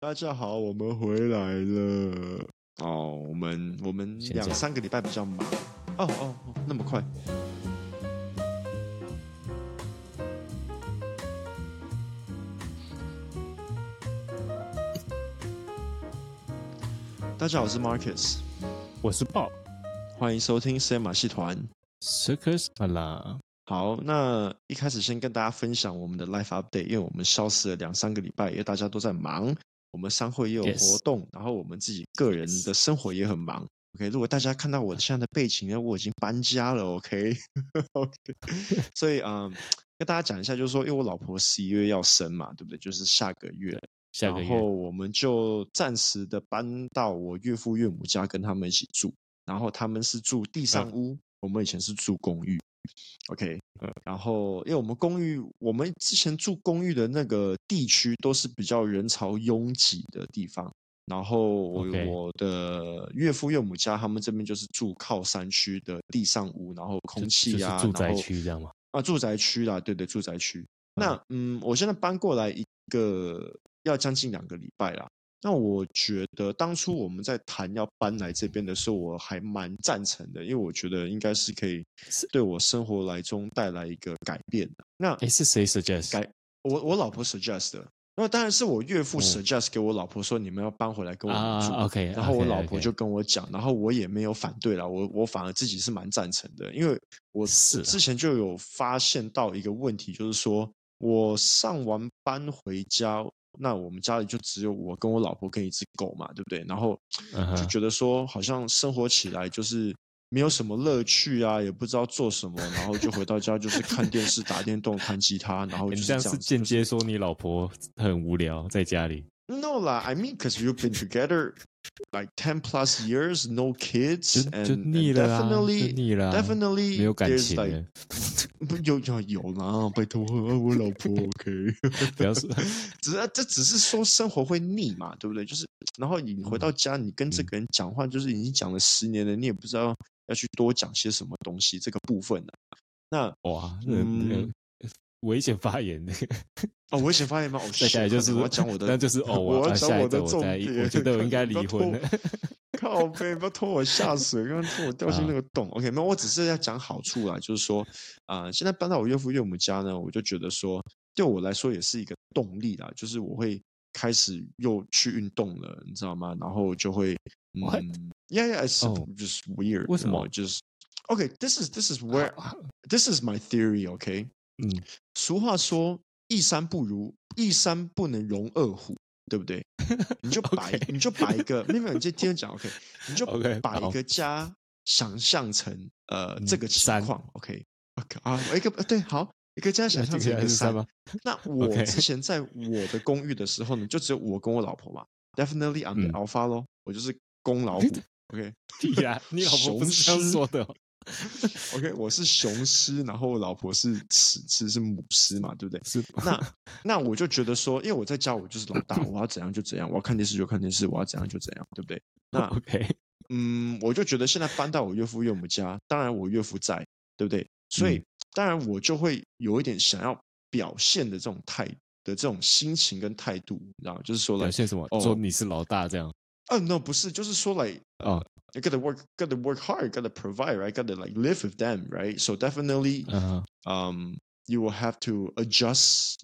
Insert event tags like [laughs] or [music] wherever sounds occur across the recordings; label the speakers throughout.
Speaker 1: 大家好，我们回来了。哦，我们我们
Speaker 2: 先这样
Speaker 1: 两三个礼拜比较忙。哦哦哦，那么快？大家好，我是 Marcus，
Speaker 2: 我是 Bob
Speaker 1: 欢迎收听森马戏团。
Speaker 2: Circus a l a
Speaker 1: 好，那一开始先跟大家分享我们的 Life Update，因为我们消失了两三个礼拜，因为大家都在忙，我们商会也有
Speaker 2: Yes
Speaker 1: 活动然后我们自己个人的生活也很忙。OK，如果大家看到我现在的背景呢，我已经搬家了。OK，OK，、所以嗯，跟大家讲一下，就是说，因为我老婆十一月要生嘛，对不对？就是下个月，
Speaker 2: 下个
Speaker 1: 然
Speaker 2: 月
Speaker 1: 后我们就暂时的搬到我岳父岳母家跟他们一起住，然后他们是住地上屋，我们以前是住公寓。OK，、
Speaker 2: 嗯
Speaker 1: 然后因为我们公寓，我们之前住公寓的那个地区都是比较人潮拥挤的地方，然后我
Speaker 2: OK
Speaker 1: 我的岳父岳母家他们这边就是住靠山区的地上屋，然后空
Speaker 2: 就
Speaker 1: 气
Speaker 2: 是
Speaker 1: 啊，
Speaker 2: 住宅
Speaker 1: 然后
Speaker 2: 区这样吗？
Speaker 1: 啊，住宅区啦，对对，住宅区。那嗯，我现在搬过来一个要将近两个礼拜啦。那我觉得当初我们在谈要搬来这边的时候，我还蛮赞成的，因为我觉得应该是可以
Speaker 2: 是
Speaker 1: 对我生活来中带来一个改变的。那
Speaker 2: 哎，是谁 suggest？
Speaker 1: 改我我老婆 suggest 的，那当然是我岳父
Speaker 2: 嗯
Speaker 1: suggest 给我老婆说你们要搬回来跟我们
Speaker 2: 啊
Speaker 1: 住。
Speaker 2: ，OK，
Speaker 1: 然后我老婆
Speaker 2: OK，OK
Speaker 1: 就跟我讲，然后我也没有反对啦，我我反而自己是蛮赞成的，因为我
Speaker 2: 是啊
Speaker 1: 之前就有发现到一个问题，就是说我上完班回家，那我们家里就只有我跟我老婆跟一只狗嘛，对不对？然后
Speaker 2: 嗯
Speaker 1: 就
Speaker 2: 哼
Speaker 1: 觉得说好像生活起来就是。没有什么乐趣啊，也不知道做什么，然后就回到家就是看电视、打电动、弹吉他，然后就
Speaker 2: 哎你
Speaker 1: 是
Speaker 2: 这样是
Speaker 1: 子
Speaker 2: 间接说你老婆很无聊在家里。
Speaker 1: No lah, I mean, because you've been together like ten plus years, no kids,
Speaker 2: 就
Speaker 1: and,
Speaker 2: 就
Speaker 1: and
Speaker 2: 腻了啦，就
Speaker 1: definitely,
Speaker 2: 腻了啊，
Speaker 1: definitely,
Speaker 2: 没有感
Speaker 1: there's
Speaker 2: 情
Speaker 1: like
Speaker 2: 了。
Speaker 1: 不有有有啦，拜托我老
Speaker 2: [laughs]
Speaker 1: 婆 OK， [laughs]
Speaker 2: 不要说
Speaker 1: 只是这只是说生活会腻嘛，对不对？就是然后你回到家，你跟这个人讲话，就是已经讲了十年了，你也不知道要去多讲些什么东西这个部分呢、那
Speaker 2: 哇，那那
Speaker 1: 嗯
Speaker 2: 危险发言，
Speaker 1: 哦，我以前发现吗？哦，
Speaker 2: 再下来
Speaker 1: shit，
Speaker 2: 就是
Speaker 1: 我要讲我的，
Speaker 2: [laughs] 那就是哦，
Speaker 1: 我
Speaker 2: 要
Speaker 1: 要
Speaker 2: 啊
Speaker 1: 讲
Speaker 2: 下一
Speaker 1: 我的
Speaker 2: 个我
Speaker 1: 重
Speaker 2: 再，
Speaker 1: 点
Speaker 2: 我觉得我应该
Speaker 1: 你不要
Speaker 2: 离婚
Speaker 1: 拖 [laughs]
Speaker 2: 了。 [laughs]
Speaker 1: 靠背，不要拖我下水，刚刚拖我掉进那
Speaker 2: 啊
Speaker 1: 个洞。OK，没有，我只是要讲好处啦，就是说，啊、现在搬到我岳父岳母家呢，我就觉得说，对我来说也是一个动力啦，就是我会开始又去运动了，你知道吗？然后就会，
Speaker 2: What？
Speaker 1: 嗯，Yeah, yeah, it's
Speaker 2: Oh.
Speaker 1: just weird.
Speaker 2: 为什么
Speaker 1: ？Just OK, this is this is where this is my theory. OK，
Speaker 2: 嗯，
Speaker 1: 俗话说，一山不如一山不能容二虎，对不对？你
Speaker 2: [laughs]
Speaker 1: 就摆
Speaker 2: OK
Speaker 1: 你就摆一个，没有没有，你就听我讲 OK，你就
Speaker 2: OK，
Speaker 1: 把一
Speaker 2: 好
Speaker 1: 个家想象成呃这
Speaker 2: 嗯
Speaker 1: 个情
Speaker 2: 山
Speaker 1: 况，OK OK 啊，一个对好，一个家想象
Speaker 2: 这个
Speaker 1: 成一
Speaker 2: 还
Speaker 1: 个
Speaker 2: 是三
Speaker 1: 山
Speaker 2: [laughs] 吗？
Speaker 1: 那我
Speaker 2: OK
Speaker 1: 之前在我的公寓的时候呢，就只有我跟我老婆嘛，Definitely I'm the
Speaker 2: 嗯
Speaker 1: alpha 咯，我就是公老虎，OK
Speaker 2: 屁呀，啊你老婆不是这
Speaker 1: 雄
Speaker 2: 样
Speaker 1: 狮
Speaker 2: 说的哦。
Speaker 1: OK，我是雄狮，然后我老婆是雌狮是母狮嘛，对不对？
Speaker 2: 是
Speaker 1: 那那我就觉得说，因为我在家我就是老大，我要怎样就怎样，我要看电视就看电视，我要怎样就怎样，对不对？那
Speaker 2: [laughs] OK，
Speaker 1: 嗯，我就觉得现在搬到我岳父岳母家，当然我岳父在，对不对？所以、
Speaker 2: 嗯
Speaker 1: 当然我就会有一点想要表现的这种态的这种心情跟态度，你知道吗，就是说来
Speaker 2: 表，现什么
Speaker 1: 哦？
Speaker 2: 说你是老大这样
Speaker 1: 嗯、n o 不是，就是说来。
Speaker 2: 哦
Speaker 1: You gotta work, gotta work hard, gotta provide, right? Gotta like live with them, right? So definitely,
Speaker 2: 嗯哼
Speaker 1: um, you will have to adjust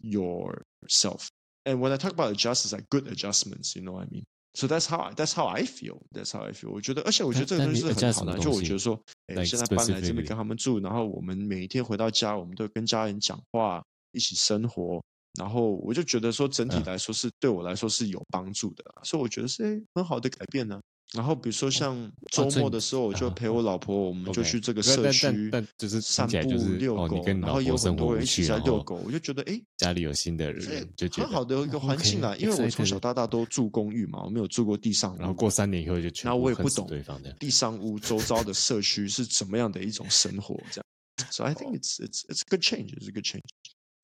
Speaker 1: yourself. And when I talk about adjust, it's like good adjustments. You know what I mean? So that's how I, that's how I feel. That's how I feel. 我觉得，而且我觉得
Speaker 2: 但
Speaker 1: 这个东西是很
Speaker 2: 但你 adjust
Speaker 1: 好
Speaker 2: 什
Speaker 1: 的啊。
Speaker 2: 么
Speaker 1: 就我
Speaker 2: 东
Speaker 1: 觉得
Speaker 2: 西
Speaker 1: 说，哎，
Speaker 2: Like
Speaker 1: 现在搬来这边
Speaker 2: specifically？
Speaker 1: 跟他们住，然后我们每一天回到家，我们都跟家人讲话，一起生活。然后我就觉得说，整体
Speaker 2: 嗯
Speaker 1: 来说是、对我来说是有帮助的啊，所以我觉得是哎很好的改变呢、然后比如说像周
Speaker 2: 哦所以
Speaker 1: 末
Speaker 2: 你
Speaker 1: 的时候，我就
Speaker 2: 啊
Speaker 1: 陪我老婆，我们就
Speaker 2: OK
Speaker 1: 去这个
Speaker 2: 但
Speaker 1: 社
Speaker 2: 但但
Speaker 1: 区，
Speaker 2: 但就是听
Speaker 1: 散
Speaker 2: 起来
Speaker 1: 步、
Speaker 2: 就是
Speaker 1: 遛
Speaker 2: 哦你
Speaker 1: 狗，
Speaker 2: 跟
Speaker 1: 然
Speaker 2: 老
Speaker 1: 后
Speaker 2: 婆
Speaker 1: 有很
Speaker 2: 生活
Speaker 1: 多人
Speaker 2: 无
Speaker 1: 一起
Speaker 2: 趣
Speaker 1: 在
Speaker 2: 然
Speaker 1: 遛
Speaker 2: 后
Speaker 1: 狗，我就觉得哎，诶
Speaker 2: 家里有新的
Speaker 1: 是
Speaker 2: 人，就觉
Speaker 1: 很
Speaker 2: 得
Speaker 1: 好的一个环境啊啦。因为我从小，
Speaker 2: 哦
Speaker 1: 到大都住公寓嘛，我没有住过地上屋，
Speaker 2: ，OK，excited，然后过三年以后就全
Speaker 1: 那
Speaker 2: 部
Speaker 1: 我也
Speaker 2: 恨
Speaker 1: 不
Speaker 2: 死
Speaker 1: 懂
Speaker 2: 对
Speaker 1: [laughs]
Speaker 2: 方的。
Speaker 1: 地上屋周遭的社区是怎么样的一种生活，这样。So I think it's it's it's a good change, it's a good change.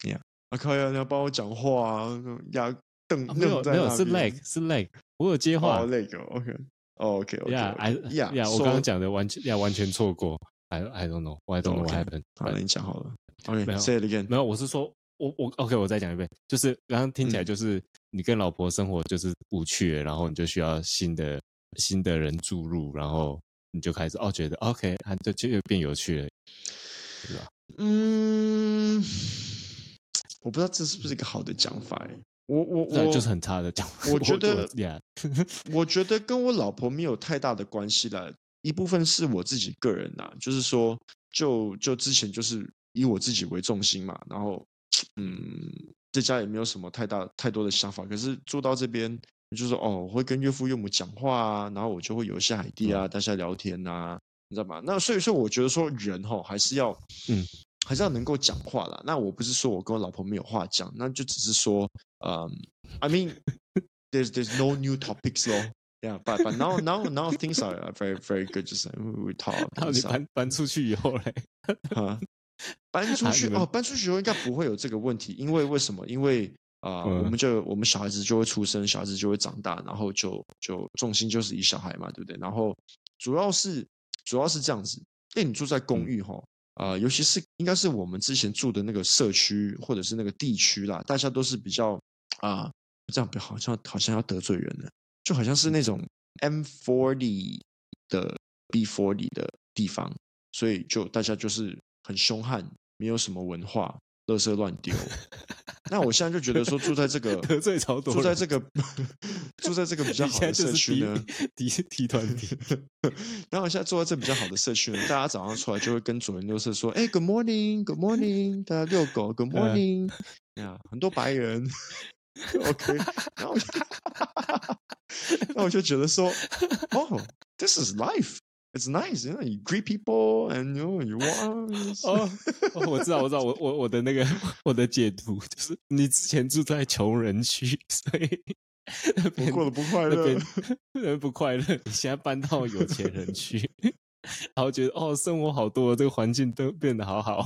Speaker 1: Yeah，啊靠呀，你要帮我讲话啊，压瞪
Speaker 2: 啊没有
Speaker 1: 愣在
Speaker 2: 没有
Speaker 1: 那
Speaker 2: 是
Speaker 1: 边
Speaker 2: lag 是 lag，我有接话
Speaker 1: 哦，那个 OK。OK OK，
Speaker 2: 呀
Speaker 1: yeah，
Speaker 2: ，I
Speaker 1: yeah，
Speaker 2: 呀，我
Speaker 1: so-
Speaker 2: 刚刚讲的完全呀完全错过，I I don't know，I don't know what
Speaker 1: OK，
Speaker 2: happened。
Speaker 1: 好了，你讲好了。
Speaker 2: 没有
Speaker 1: OK，say it again。
Speaker 2: 没有，我是说我我 OK，我再讲一遍，就是刚刚
Speaker 1: 嗯
Speaker 2: 听起来就是、你跟老婆生活就是无趣了，然后你就需要新的新的人注入，然后你就开始哦觉得 OK，啊就就又变有趣了，
Speaker 1: 嗯，我不知道这是不是一个好的讲法欸。我我
Speaker 2: 那
Speaker 1: 我
Speaker 2: 就是很差的讲。
Speaker 1: 我觉得
Speaker 2: 呀，
Speaker 1: 我觉得跟我老婆没有太大的关系啦，一部分是我自己个人呐、就是说，就就之前就是以我自己为重心嘛，然后嗯，在家也没有什么太大太多的想法，可是住到这边。就是说哦，我会跟岳父岳母讲话啊，然后我就会有一些 idea
Speaker 2: 嗯
Speaker 1: 啊，大家聊天啊，你知道吗？那所以说，我觉得说人哈还是要，
Speaker 2: 嗯，
Speaker 1: 还是要能够讲话啦。那我不是说我跟我老婆没有话讲，那就只是说，嗯，I mean [laughs] there's there's no new topics 咯。Yeah, [laughs] but but now now now things are are very very good. 就是 we talk.
Speaker 2: [laughs] 然后你
Speaker 1: things are-
Speaker 2: 搬搬出去以后嘞，
Speaker 1: 啊， [laughs] 搬出
Speaker 2: 啊
Speaker 1: 去
Speaker 2: 你们
Speaker 1: 哦，搬出去以后应该不会有这个问题，因为为什么？因为啊、呃我
Speaker 2: 嗯
Speaker 1: 们就我们小孩子就会出生，小孩子就会长大，然后就就重心就是以小孩嘛，对不对？然后主要是主要是这样子，因为你住在公
Speaker 2: 嗯
Speaker 1: 寓哈、啊、尤其是应该是我们之前住的那个社区或者是那个地区啦，大家都是比较啊、这样不好像好像要得罪人了，就好像是那种 M forty 的 B forty 的地方，所以就大家就是很凶悍，没有什么文化，垃圾乱
Speaker 2: [laughs]
Speaker 1: 丢。那我现在就觉得说住在这个
Speaker 2: 得罪超 [laughs] 多人。
Speaker 1: 住在这个 [laughs] 住在这个比较
Speaker 2: 你
Speaker 1: 好的
Speaker 2: 现在就
Speaker 1: 社
Speaker 2: 是
Speaker 1: 区呢，
Speaker 2: 敌敌敌团
Speaker 1: [laughs]
Speaker 2: 体，
Speaker 1: 然后我现在住在这比较好的社区呢，大家早上出来就会跟主人溜社说：“哎、g o o d morning，Good morning，大家遛狗，Good
Speaker 2: 嗯
Speaker 1: morning。呀，哎很多白人，OK。然后我就，那我就觉得说，哦，This is life。It's nice, you know. You greet people, and you know you want.
Speaker 2: 哦，哦我知道，我知道，我我我的那个我的解读就是，你之前住在穷人区，所以 [laughs] 那
Speaker 1: 我
Speaker 2: 边
Speaker 1: 过得不快
Speaker 2: 那
Speaker 1: 乐
Speaker 2: 边。 [laughs] 那边不快乐， [laughs] 你现在搬到有钱人区， [laughs] 然后觉得哦，生活好多了，这个环境都变得好好啊，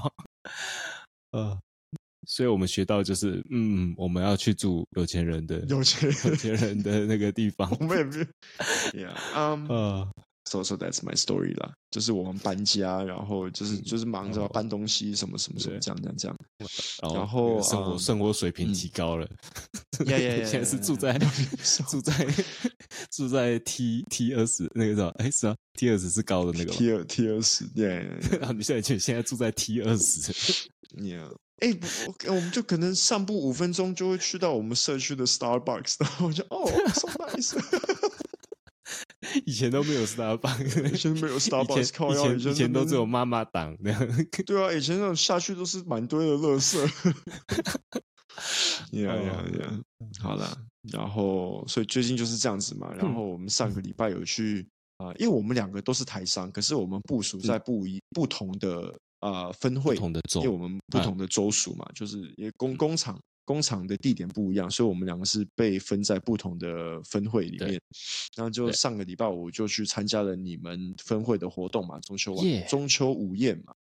Speaker 2: 呃，所以我们学到就是，嗯，我们要去住有钱人的
Speaker 1: 有钱
Speaker 2: 有
Speaker 1: 人，
Speaker 2: 钱人的那个地方，
Speaker 1: 我们也没有。Yeah, um, [laughs]
Speaker 2: 呃，
Speaker 1: so so that's my story 啦，就是我们搬家，然后就是就是忙着
Speaker 2: 哦
Speaker 1: 搬东西，什么什么什么，
Speaker 2: 对
Speaker 1: 这样这样这样。
Speaker 2: 然
Speaker 1: 然
Speaker 2: 后那
Speaker 1: 后
Speaker 2: 个生活
Speaker 1: 嗯
Speaker 2: 生活水平
Speaker 1: 嗯
Speaker 2: 提高了， [laughs]
Speaker 1: 呀呀呀
Speaker 2: 现在是
Speaker 1: 呀
Speaker 2: 住
Speaker 1: 呀 [laughs]
Speaker 2: 在
Speaker 1: 没有错
Speaker 2: 住在住在 T T 二十那个叫哎是啊 T 二十是高的那个吗？
Speaker 1: T 二 T 二十，yeah
Speaker 2: [laughs] 然后你现在就现在住在 T 二十，
Speaker 1: yeah。哎，不我我们就可能散步五分钟就会去到我们社区的 Starbucks，然后我就哦，so nice， [laughs]
Speaker 2: [laughs] 以前都没有 Starbucks，
Speaker 1: 以前没有
Speaker 2: [laughs] 以
Speaker 1: Starbucks，
Speaker 2: 前
Speaker 1: 靠
Speaker 2: 以
Speaker 1: 腰，
Speaker 2: 前以
Speaker 1: 以
Speaker 2: 前
Speaker 1: 那
Speaker 2: 都只有
Speaker 1: 边
Speaker 2: 妈妈档那样。
Speaker 1: 对啊，以前那种下去都是满堆的垃圾。yeah
Speaker 2: 哦
Speaker 1: yeah yeah，好啦，然后所以最近就是这样子嘛。然
Speaker 2: 嗯
Speaker 1: 后我们上个礼拜有去啊、因为我们两个都是台商，可是我们部署在不一、不同的啊分会，
Speaker 2: 嗯不同的州
Speaker 1: 因为我们不
Speaker 2: 哎
Speaker 1: 同的州属嘛，就是因为
Speaker 2: 嗯
Speaker 1: 工工厂工厂的地点不一样，所以我们两个是被分在不同的分会里
Speaker 2: 对
Speaker 1: 面。然后就
Speaker 2: 对
Speaker 1: 上个礼拜我就去参加了你们分会的活动嘛，中秋晚
Speaker 2: Yeah
Speaker 1: 中秋午宴嘛。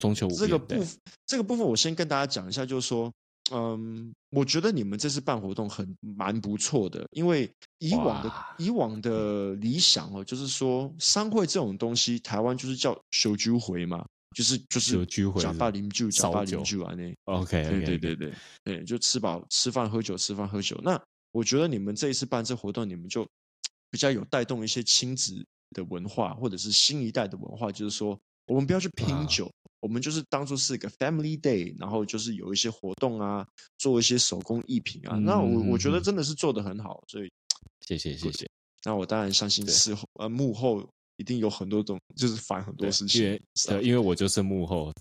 Speaker 2: 中秋五
Speaker 1: 这个
Speaker 2: 宴对
Speaker 1: 部分这个部分，我先跟大家讲一下，就是说，嗯，我觉得你们这次办活动很蛮不错的，因为以往的
Speaker 2: 哇嗯
Speaker 1: 以往的理想哦，就是说商会这种东西，台湾就是叫小酒会嘛，就是就是
Speaker 2: 小酒会
Speaker 1: 假
Speaker 2: 是
Speaker 1: 巴零酒，假
Speaker 2: 烧
Speaker 1: 巴
Speaker 2: 酒
Speaker 1: 零酒啊那，
Speaker 2: OK
Speaker 1: 对对对对对，就吃饱吃饭喝酒，吃饭喝酒。那我觉得你们这一次办这活动，你们就比较有带动一些亲子的文化，或者是新一代的文化，就是说我们不要去拼
Speaker 2: 哇
Speaker 1: 酒，我们就是当做是一个 family day，然后就是有一些活动啊，做一些手工艺品啊。那我我觉
Speaker 2: 嗯
Speaker 1: 得
Speaker 2: 嗯嗯
Speaker 1: 真的是做得很好，所以
Speaker 2: 谢谢谢谢，
Speaker 1: 那我当然相信
Speaker 2: 对
Speaker 1: 事后呃幕后一定有很多种，就是烦很多
Speaker 2: 对
Speaker 1: 事
Speaker 2: 因
Speaker 1: 情啊
Speaker 2: 为。对，因为我就是幕后。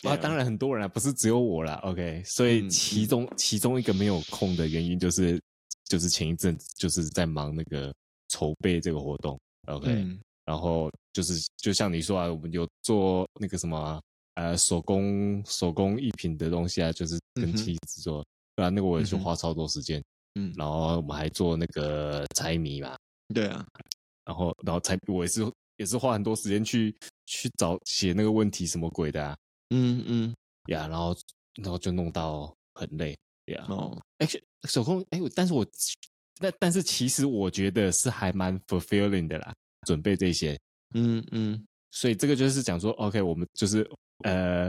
Speaker 1: 对
Speaker 2: 啊，
Speaker 1: 啊
Speaker 2: 当然很多人啊，不是只有我啦。OK，所以
Speaker 1: 嗯
Speaker 2: 其
Speaker 1: 嗯
Speaker 2: 中、其中一个没有空的原因就是，就是前一阵子就是在忙那个筹备这个活动。OK，、
Speaker 1: 嗯
Speaker 2: 然后就是就像你说啊，我们有做那个什么啊、呃手工手工艺品的东西啊，就是
Speaker 1: 嗯
Speaker 2: 跟
Speaker 1: 哼
Speaker 2: 妻子做，对啊，那个我也去
Speaker 1: 嗯哼
Speaker 2: 花超多时间。
Speaker 1: 嗯，
Speaker 2: 然后我们还做那个猜谜嘛，
Speaker 1: 对啊，
Speaker 2: 然后然后猜我也是也是花很多时间去去找写那个问题什么鬼的啊
Speaker 1: 嗯嗯
Speaker 2: 呀，然后然后就弄到很累呀。
Speaker 1: 哦，
Speaker 2: 哎、手工哎、我但是我但但是其实我觉得是还蛮 fulfilling 的啦，准备这些，
Speaker 1: 嗯嗯。
Speaker 2: 所以这个就是讲说，OK，我们就是呃